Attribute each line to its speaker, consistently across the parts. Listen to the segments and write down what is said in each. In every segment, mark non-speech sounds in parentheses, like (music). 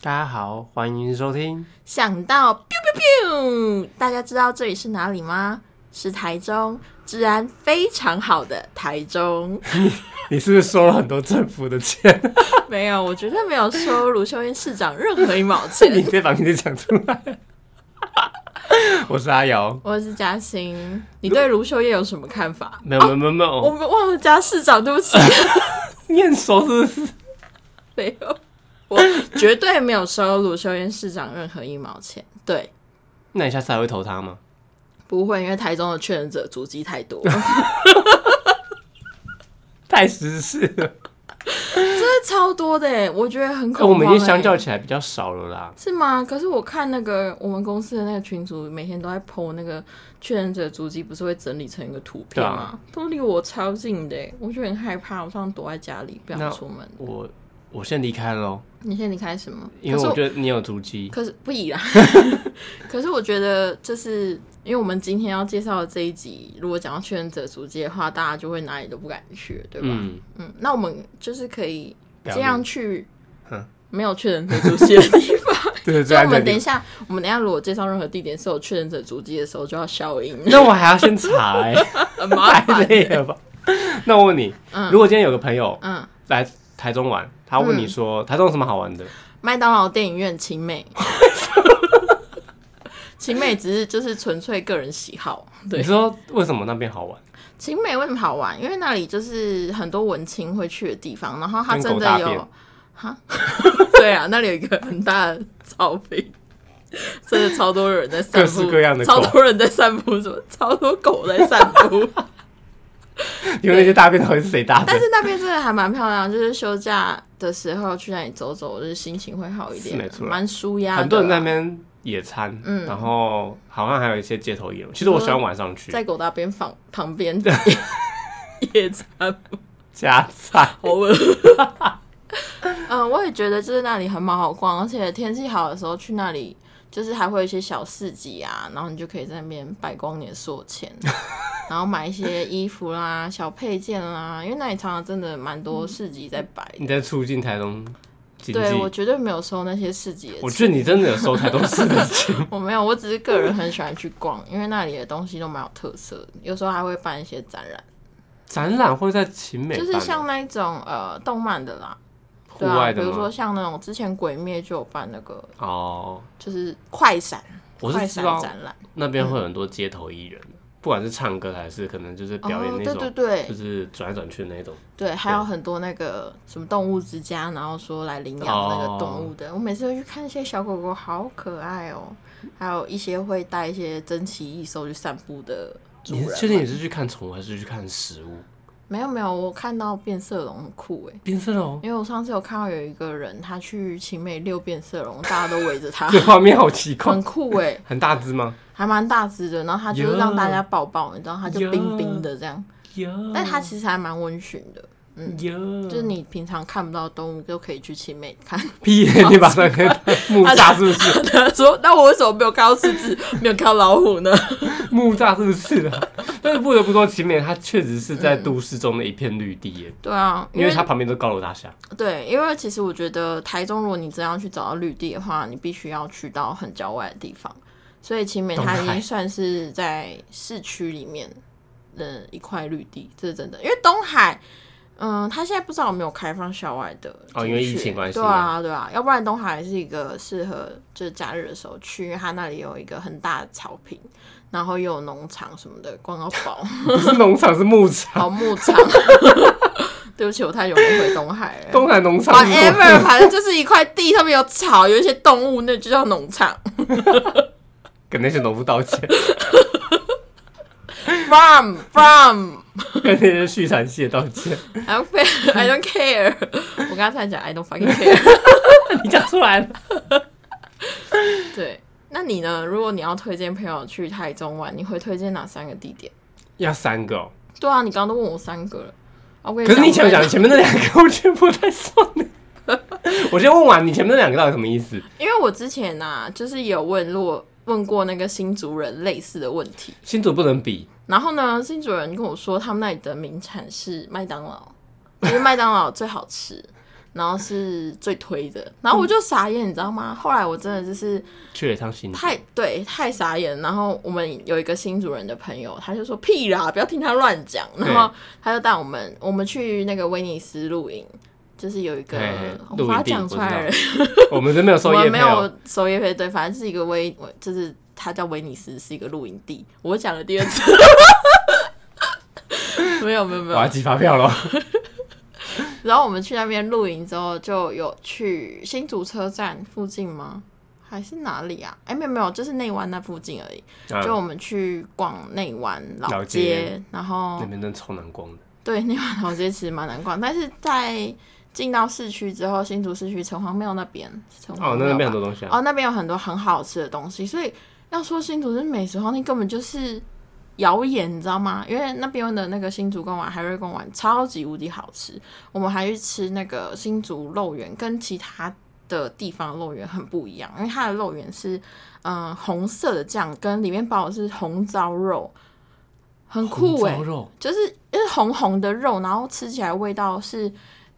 Speaker 1: 大家好，欢迎收听。
Speaker 2: 想到 biu biu biu，大家知道这里是哪里吗？是台中，治安非常好的台中。 (laughs)
Speaker 1: 你是不是收了很多政府的钱？ (laughs)
Speaker 2: 没有，我绝对没有收卢秀燕市长任何一毛
Speaker 1: (laughs) 你
Speaker 2: 钱。
Speaker 1: 别把名字讲出来。我是阿瑶，
Speaker 2: 我是嘉欣，你对卢秀燕有什么看法？
Speaker 1: 没有没有没有没
Speaker 2: 我
Speaker 1: 有，
Speaker 2: 们忘了加市长，对
Speaker 1: (laughs)
Speaker 2: 不起，
Speaker 1: 你很熟是不是？
Speaker 2: 没有，我绝对没有收卢秀燕市长任何一毛钱。对，
Speaker 1: 那你下次还会投他吗？
Speaker 2: 不会，因为台中的确诊者足迹
Speaker 1: (laughs)
Speaker 2: 太多，哦真
Speaker 1: 太时事了，
Speaker 2: 的超多的耶，我觉得很
Speaker 1: 哎
Speaker 2: 恐
Speaker 1: 我
Speaker 2: 慌耶。
Speaker 1: 们已经相较起来比较少了啦。
Speaker 2: 是吗？可是我看那个我们公司的那个群组，每天都在 PO 那个确诊者足迹，不是会整理成一个图
Speaker 1: 对
Speaker 2: 片吗？
Speaker 1: 啊
Speaker 2: 都离我超近的耶，我就很害怕，我常常躲在家里，不
Speaker 1: 那
Speaker 2: 想出门。
Speaker 1: 我我先离开喽，
Speaker 2: 你先离开什么？
Speaker 1: 因为
Speaker 2: 可是
Speaker 1: 我觉得你有足迹。
Speaker 2: 可是不宜啦。 (laughs) 可是我觉得，就是因为我们今天要介绍的这一集，如果讲到确诊者足迹的话，大家就会哪里都不敢去，对吧？嗯
Speaker 1: 嗯，
Speaker 2: 那我们就是可以
Speaker 1: 了
Speaker 2: 这
Speaker 1: 解
Speaker 2: 样去
Speaker 1: 嗯
Speaker 2: 没有确诊者足迹的地方。
Speaker 1: 对
Speaker 2: 所以我们等一
Speaker 1: 下，
Speaker 2: 下，我们等一下如果介绍任何地点是有确诊者足迹的时候，就
Speaker 1: (laughs)
Speaker 2: 要消音，
Speaker 1: 那我还要先查、欸，
Speaker 2: 很
Speaker 1: (laughs)
Speaker 2: 麻
Speaker 1: 太 (laughs)
Speaker 2: 烦。
Speaker 1: 累了吧？那我问你，如果今天有个朋友
Speaker 2: 嗯，
Speaker 1: 来台中玩，他问你说、台中有什么好玩的？
Speaker 2: 麦当劳电影院
Speaker 1: (laughs)
Speaker 2: 晴美，晴美只是就是纯粹个人喜好。
Speaker 1: 你
Speaker 2: 对，
Speaker 1: 说为什么那边好玩？ (laughs)
Speaker 2: 晴美为什么好玩？因为那里就是很多文青会去的地方，然后它
Speaker 1: 跟
Speaker 2: 真
Speaker 1: 狗大
Speaker 2: 的有
Speaker 1: 便，
Speaker 2: (laughs) 哈，对啊，那里有一个很大的草坪。 (laughs) 真的超多人在散步，
Speaker 1: 各式各样的狗
Speaker 2: 超多人在散步，什么超多狗在散步，
Speaker 1: 因为那些大便到底是谁大的
Speaker 2: 但？是那边真的还蛮漂亮，就是休假的时候去那里走走，就是心情会好一点，啊
Speaker 1: 是没错啦
Speaker 2: 蛮舒压的啦。
Speaker 1: 很多人在那边野餐，
Speaker 2: 嗯
Speaker 1: 然后好像还有一些街头艺人。其实我喜欢晚上去
Speaker 2: 在狗大边放旁边 (laughs) 野餐，
Speaker 1: 加菜，
Speaker 2: 好饿。 (laughs) 嗯，我也觉得就是那里还蛮好逛，而且天气好的时候去那里，就是还会有一些小市集啊，然后你就可以在那边摆光你的所有钱，然后买一些衣服啦、小配件啦，因为那里常常真的蛮多市集在摆的。
Speaker 1: 你在促进台中嗯经济
Speaker 2: 对，。我绝对没有收那些市集的钱。
Speaker 1: 我觉得你真的有收台中市
Speaker 2: (laughs)
Speaker 1: 的钱，
Speaker 2: 我没有，我只是个人很喜欢去逛，因为那里的东西都蛮有特色的，有时候还会办一些展览，
Speaker 1: 展览会在秦美
Speaker 2: 就
Speaker 1: 办
Speaker 2: 是
Speaker 1: 哦
Speaker 2: 像那一种呃动漫的啦，
Speaker 1: 户
Speaker 2: 对啊，
Speaker 1: 外
Speaker 2: 比
Speaker 1: 的
Speaker 2: 如说
Speaker 1: 吗？
Speaker 2: 像那种之前《鬼灭》就有办那个
Speaker 1: 哦，
Speaker 2: 就是快闪，
Speaker 1: 我
Speaker 2: 快
Speaker 1: 是知
Speaker 2: 闪
Speaker 1: 道
Speaker 2: 展览，
Speaker 1: 那边会有很多街头艺人，不管是唱歌还是可能就是表演
Speaker 2: 哦，
Speaker 1: 那
Speaker 2: 对对
Speaker 1: 种，
Speaker 2: 对
Speaker 1: 就是转来转去的那种。
Speaker 2: 对，还有很多那个什么动物之家，然后说来领养那个动物
Speaker 1: 哦
Speaker 2: 的，我每次都去看一些小狗狗，好可爱哦，还有一些会带一些珍奇异兽去散步的主
Speaker 1: 你
Speaker 2: 人
Speaker 1: 是
Speaker 2: 嗯们。
Speaker 1: 确定你是去看宠物还是去看食物？
Speaker 2: 没有没有，我看到变色龙很酷哎。
Speaker 1: 变色龙，
Speaker 2: 因为我上次有看到有一个人，他去青美六变色龙，大家都围着
Speaker 1: (laughs)，
Speaker 2: 他
Speaker 1: 这画面好奇怪
Speaker 2: 很，酷哎、
Speaker 1: 很大只吗？
Speaker 2: 还蛮大只的。然后他就是让大家抱抱，你知道，他就冰冰的这样，
Speaker 1: 有，
Speaker 2: 但他嗯其实还蛮温驯的。
Speaker 1: 有，
Speaker 2: 就是你平常看不到的动物，都可以去青美看。 (laughs)
Speaker 1: 屁耶！你把那个木栅是不是？
Speaker 2: 他说：“那我为什么没有看到狮子，没有看到老虎呢
Speaker 1: 木栅是不是啊？但是不得不说，奇美它确实是
Speaker 2: 嗯
Speaker 1: 在都市中的一片绿地耶，？”
Speaker 2: 对啊，
Speaker 1: 因为它旁边都是高楼大厦。
Speaker 2: 对，因为其实我觉得台中，如果你真要去找到绿地的话，你必须要去到很郊外的地方。所以青美它已
Speaker 1: 东海
Speaker 2: 经算是在市区里面的一块绿地，这是真的。因为东海，嗯、它现在不知道有没有开放校外的
Speaker 1: 哦
Speaker 2: 进
Speaker 1: 因为
Speaker 2: 去
Speaker 1: 疫情关系
Speaker 2: 对啊，对啊，要不然东海是一个适合就是假日的时候去，因为它那里有一个很大的草坪，然后又有农场什么的，逛到饱。
Speaker 1: 不是农场，是牧场。
Speaker 2: 好牧场。 (laughs) 对不起，我太久没回东海了。
Speaker 1: 东海农场是什么
Speaker 2: whatever，反正就是一块地上面有草，有一些动物，那就叫农场
Speaker 1: 跟那些农夫道歉，
Speaker 2: farm farm。
Speaker 1: 跟那些畜产系的道歉。
Speaker 2: I don't care, (laughs) I don't care。我刚才讲 I don't fucking care。 (laughs)
Speaker 1: 你讲出来了，
Speaker 2: 对，那你呢？如果你要推荐朋友去台中玩，你会推荐哪三个地点？
Speaker 1: 要三个哦。
Speaker 2: 对啊，你刚刚都问我三个了。啊，我也
Speaker 1: 可是你
Speaker 2: 想
Speaker 1: 前
Speaker 2: 不
Speaker 1: 面讲前面
Speaker 2: 到
Speaker 1: 那两个， (laughs) 我全部在算呢。我先问完，你前面那两个到底什么意思？
Speaker 2: 因为我之前啊，就是有问过问过那个新族人类似的问题，
Speaker 1: 新竹不能比，
Speaker 2: 然后呢，新主人跟我说，他们那里的名产是麦当劳，因为麦当劳最好吃。然后是最推的，然后我就傻眼，你知道吗？后来我真的就是
Speaker 1: 去了一趟新竹，
Speaker 2: 太对太傻眼，然后我们有一个新主人的朋友，他就说屁啦，不要听他乱讲，然后他就带我们我们去那个威尼斯露营，就是有一个
Speaker 1: 哎
Speaker 2: 我
Speaker 1: 露营
Speaker 2: 把它
Speaker 1: 地
Speaker 2: 讲
Speaker 1: 我
Speaker 2: 出
Speaker 1: 知
Speaker 2: 来
Speaker 1: 道
Speaker 2: 了，
Speaker 1: 我们真没有收
Speaker 2: 我
Speaker 1: 业配
Speaker 2: 们没
Speaker 1: 哦
Speaker 2: 有首页配对，反正是一个威，就是它叫威尼斯，是一个露营地。我讲了第二次， (laughs) 没有没有没
Speaker 1: 我要
Speaker 2: 有。
Speaker 1: 寄发票了。
Speaker 2: 然后我们去那边露营之后，就有去新竹车站附近吗？还是哪里啊？哎、没有没有，就是内湾那附近而已。就我
Speaker 1: 啊、
Speaker 2: 们去逛内湾
Speaker 1: 老街
Speaker 2: 老
Speaker 1: 嗯
Speaker 2: 街，然后
Speaker 1: 那边真的超难逛的，
Speaker 2: 对，内湾老街其实蛮难逛，但是在进到市区之后，新竹市区城隍庙那边，是城
Speaker 1: 哦
Speaker 2: 隍，
Speaker 1: 那那
Speaker 2: 庙吧
Speaker 1: 边很多东西啊，
Speaker 2: 哦，那边有很多很好吃的东西，所以要说新竹是美食荒地，根本就是谣言，你知道吗？因为那边的那个新竹公馆、海瑞公馆超级无敌好吃，我们还去吃那个新竹肉圆，跟其他的地方的肉圆很不一样，因为它的肉圆是嗯、呃红色的酱，跟里面包的是红糟肉，很酷哎、
Speaker 1: 红烧肉
Speaker 2: (laughs) 就是因为红红的肉，然后吃起来味道是。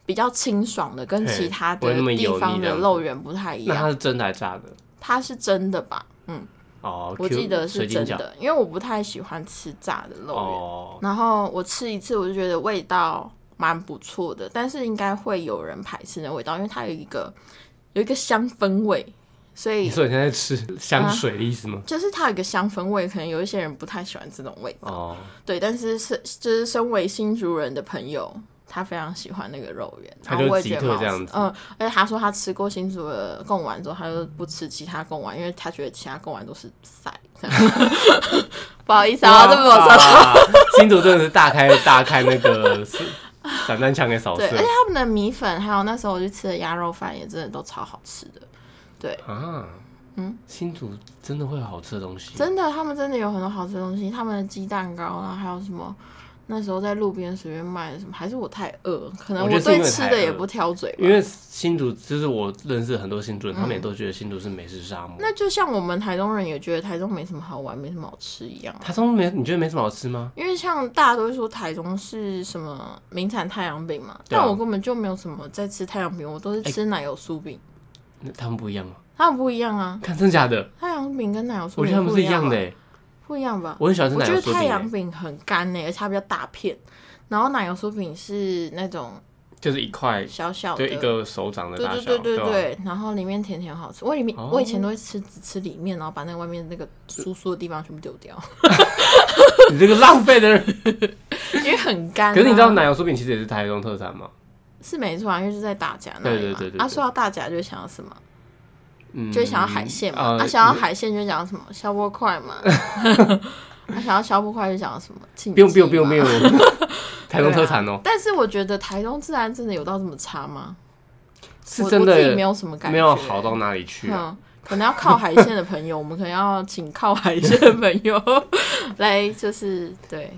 Speaker 2: 比较清爽的，跟
Speaker 1: 嘿
Speaker 2: 其他
Speaker 1: 不会
Speaker 2: 的
Speaker 1: 那么
Speaker 2: 地
Speaker 1: 油腻
Speaker 2: 方
Speaker 1: 这
Speaker 2: 的
Speaker 1: 样子
Speaker 2: 肉圆不太一
Speaker 1: 那
Speaker 2: 样。
Speaker 1: 它是真的还是炸的？
Speaker 2: 它是真的吧？嗯，
Speaker 1: 哦，
Speaker 2: 我
Speaker 1: Q-
Speaker 2: 记得是
Speaker 1: 水晶
Speaker 2: 真
Speaker 1: 饺
Speaker 2: 的，因为我不太喜欢吃炸的肉圆。
Speaker 1: 哦，
Speaker 2: 然后我吃一次，我就觉得味道蛮不错的，但是应该会有人排斥那味道，因为它有一个有一个香氛味，所
Speaker 1: 你
Speaker 2: 以
Speaker 1: 说你现在吃香
Speaker 2: 啊
Speaker 1: 水的意思吗？
Speaker 2: 就是它有一个香氛味，可能有一些人不太喜欢这种味道。
Speaker 1: 哦，
Speaker 2: 对，但是是就是身为新竹人的朋友，他非常喜欢那个肉圆，
Speaker 1: 他
Speaker 2: 然后
Speaker 1: 就
Speaker 2: 我也
Speaker 1: 急
Speaker 2: 觉得
Speaker 1: 特
Speaker 2: 蛮好
Speaker 1: 这样
Speaker 2: 吃
Speaker 1: 子
Speaker 2: 嗯，而且他说他吃过新竹的贡丸之后，他就不吃其他贡丸，因为他觉得其他贡丸都是塞。 (laughs) 这样不好意思啊，这不是我说的。
Speaker 1: 说，新竹真的是大开大开那个 (laughs) 是散弹枪给扫
Speaker 2: 对，而且
Speaker 1: 射
Speaker 2: 他们的米粉，还有那时候我去吃的鸭肉饭，也真的都超好吃的。对，
Speaker 1: 啊。嗯，新竹真的会有好吃的东西，
Speaker 2: 真的，他们真的有很多好吃的东西，他们的鸡蛋糕啊，还有什么？那时候在路边随便卖的什么，还是我太饿，可能
Speaker 1: 我觉得是因
Speaker 2: 对
Speaker 1: 为
Speaker 2: 吃
Speaker 1: 太
Speaker 2: 的也
Speaker 1: 饿
Speaker 2: 不挑嘴吧。
Speaker 1: 因为新竹就是我认识很多新竹人，他们也都觉得新竹是美食沙漠。
Speaker 2: 嗯那就像我们台中人也觉得台中没什么好玩，没什么好吃一样啊。
Speaker 1: 台中没你觉得没什么好吃吗？
Speaker 2: 因为像大家都会说台中是什么名产太阳饼嘛，
Speaker 1: 对啊哎
Speaker 2: 但我根本就没有什么在吃太阳饼，我都是吃奶油酥饼，
Speaker 1: 那他们不一样吗？
Speaker 2: 他们不一样啊。
Speaker 1: 看真假的，
Speaker 2: 太阳饼跟奶油酥
Speaker 1: 我觉得
Speaker 2: 饼
Speaker 1: 他们
Speaker 2: 不
Speaker 1: 是一
Speaker 2: 样
Speaker 1: 样
Speaker 2: 啊
Speaker 1: 的、欸。
Speaker 2: 不一样吧？
Speaker 1: 我很喜欢吃
Speaker 2: 我
Speaker 1: 奶
Speaker 2: 觉
Speaker 1: 油
Speaker 2: 得
Speaker 1: 酥饼、
Speaker 2: 太阳
Speaker 1: 欸，
Speaker 2: 饼很干呢、而且它比较大片，然后奶油酥饼是那种
Speaker 1: 就是一块
Speaker 2: 小小
Speaker 1: 就
Speaker 2: 的，
Speaker 1: 一个手掌的
Speaker 2: 对
Speaker 1: 大
Speaker 2: 对
Speaker 1: 小，
Speaker 2: 对对
Speaker 1: 吧
Speaker 2: 对，然后里面甜甜好吃。我里面、
Speaker 1: 哦
Speaker 2: 我以前都会吃只吃里面，然后把那个外面那个酥酥的地方全部丢掉， (laughs)
Speaker 1: 你这个浪费的人。
Speaker 2: 因为很干啊、
Speaker 1: 可是你知道奶油酥饼其实也是台中特产吗？
Speaker 2: 是没错啊，因为是在大甲那里嘛。
Speaker 1: 对对对对
Speaker 2: 啊，
Speaker 1: 对
Speaker 2: 说到大甲，就会想到什么？
Speaker 1: 嗯，
Speaker 2: 就会想到海鲜嘛。
Speaker 1: 呃
Speaker 2: 啊，想到海鲜就会想到什么？消波
Speaker 1: (laughs)
Speaker 2: 块嘛。啊，想到消波块就想到什么？庆
Speaker 1: 不用
Speaker 2: 记
Speaker 1: 不用不用
Speaker 2: 嘛
Speaker 1: 不用， (laughs) 台中特产
Speaker 2: (laughs)
Speaker 1: 哦、
Speaker 2: 但是我觉得台东治安真的有到这么差吗？
Speaker 1: 是
Speaker 2: 我
Speaker 1: 真
Speaker 2: 我自己没
Speaker 1: 的
Speaker 2: 有什么感觉，
Speaker 1: 没有好到哪里去、啊。
Speaker 2: 嗯，可能要靠海鲜的朋友，我们可能要请靠海鲜的朋友 (laughs) 来，就是对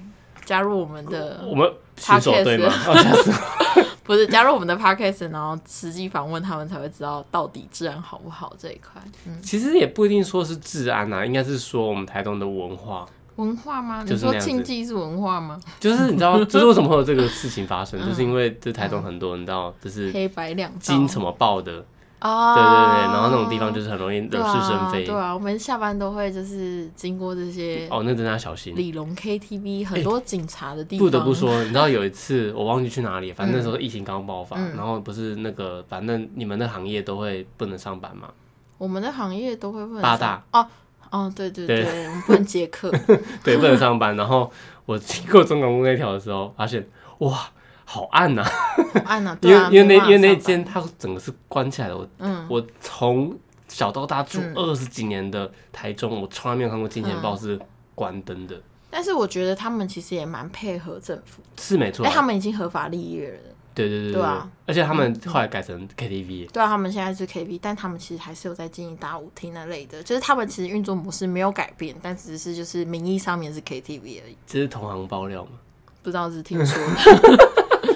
Speaker 2: 加入我们的
Speaker 1: 我们新手队吗？哦，吓死 (laughs) 我！
Speaker 2: 不是加入我们的 podcast，然后实际访问他们才会知道到底治安好不好这一块。嗯，
Speaker 1: 其实也不一定说是治安啊，应该是说我们台东的文化，
Speaker 2: 文化吗？
Speaker 1: 就
Speaker 2: 你
Speaker 1: 是那
Speaker 2: 说
Speaker 1: 样子
Speaker 2: 庆忌是文化吗？
Speaker 1: 就是你知
Speaker 2: (laughs)
Speaker 1: 道，就是为什么会有这个事情发生，就是因为这台东很多人知道，就是
Speaker 2: 黑白两道
Speaker 1: 金什么豹的，
Speaker 2: 哦，
Speaker 1: 对对对，然后那种地方就是很容易
Speaker 2: 对
Speaker 1: 惹
Speaker 2: 啊
Speaker 1: 是生非
Speaker 2: 对。啊，我啊们下班都会就是经过这些
Speaker 1: 哦，那真的要小心。
Speaker 2: 李龙 KTV 很多警察的地方，嗯
Speaker 1: 不得不说，你知道有一次我忘记去哪里，反正那时候疫情刚爆发，然后不是那个，反正你们那行业都会不能上班嘛，
Speaker 2: (laughs) 我们的行业都会问
Speaker 1: 八大
Speaker 2: 哦哦，对对
Speaker 1: 对
Speaker 2: 对，我们不能接
Speaker 1: (laughs)
Speaker 2: 客，哦
Speaker 1: 对，不能上班。然后我经过中港路那条的时候，发现哇，好暗呐、
Speaker 2: 好暗啊，
Speaker 1: 因
Speaker 2: 对
Speaker 1: 为
Speaker 2: 啊，
Speaker 1: 因为那因为那
Speaker 2: 没办法上班
Speaker 1: 间它整个是关起来的。我、
Speaker 2: 嗯
Speaker 1: 我从小到大住
Speaker 2: 嗯
Speaker 1: 二十几年的台中，我从来没有看过金钱豹是关灯的，
Speaker 2: 但是我觉得他们其实也蛮配合政府，
Speaker 1: 是没错
Speaker 2: 因为
Speaker 1: 啊、
Speaker 2: 哎他们已经合法立业了，
Speaker 1: 对对对对
Speaker 2: 对啊
Speaker 1: 而且他们后来改成 KTV，
Speaker 2: 对啊，他们现在是 KTV，但他们其实还是有在经营大舞厅那类的，就是他们其实运作模式没有改变，但只是就是名义上面是 KTV 而已，
Speaker 1: 这是同行爆料嘛？ (laughs)
Speaker 2: 不知道是听说的。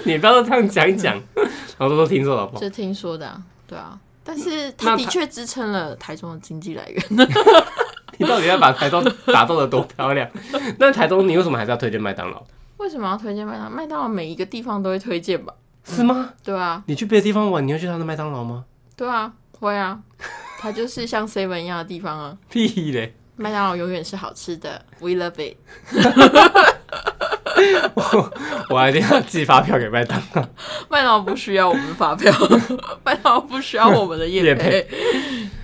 Speaker 1: 你不要这样讲一讲， (laughs) 然后都说听说好不好？
Speaker 2: 就听说的、啊，对啊。但是
Speaker 1: 那
Speaker 2: 它
Speaker 1: 台
Speaker 2: 的确支撑了台中的经济来 (laughs) 源。
Speaker 1: (laughs) 你到底要把台中打造的多漂亮？ (laughs) 那台中你为什么还是要推荐麦当劳？
Speaker 2: 为什么要推荐麦当？麦当劳每一个地方都会推荐吧？
Speaker 1: 是吗？
Speaker 2: 对啊，
Speaker 1: 你去别的地方玩，你会去他的麦当劳吗？
Speaker 2: (laughs) 对啊，会啊，它就是像 seven 一样的地方啊。
Speaker 1: 屁嘞！
Speaker 2: 麦当劳永远是好吃的，We love it。
Speaker 1: 我还一定要寄发票给麦当劳。
Speaker 2: 麦当劳不需要我们的发票， (laughs) 麦当劳不需要我们的
Speaker 1: (laughs)
Speaker 2: 业
Speaker 1: 业
Speaker 2: 配。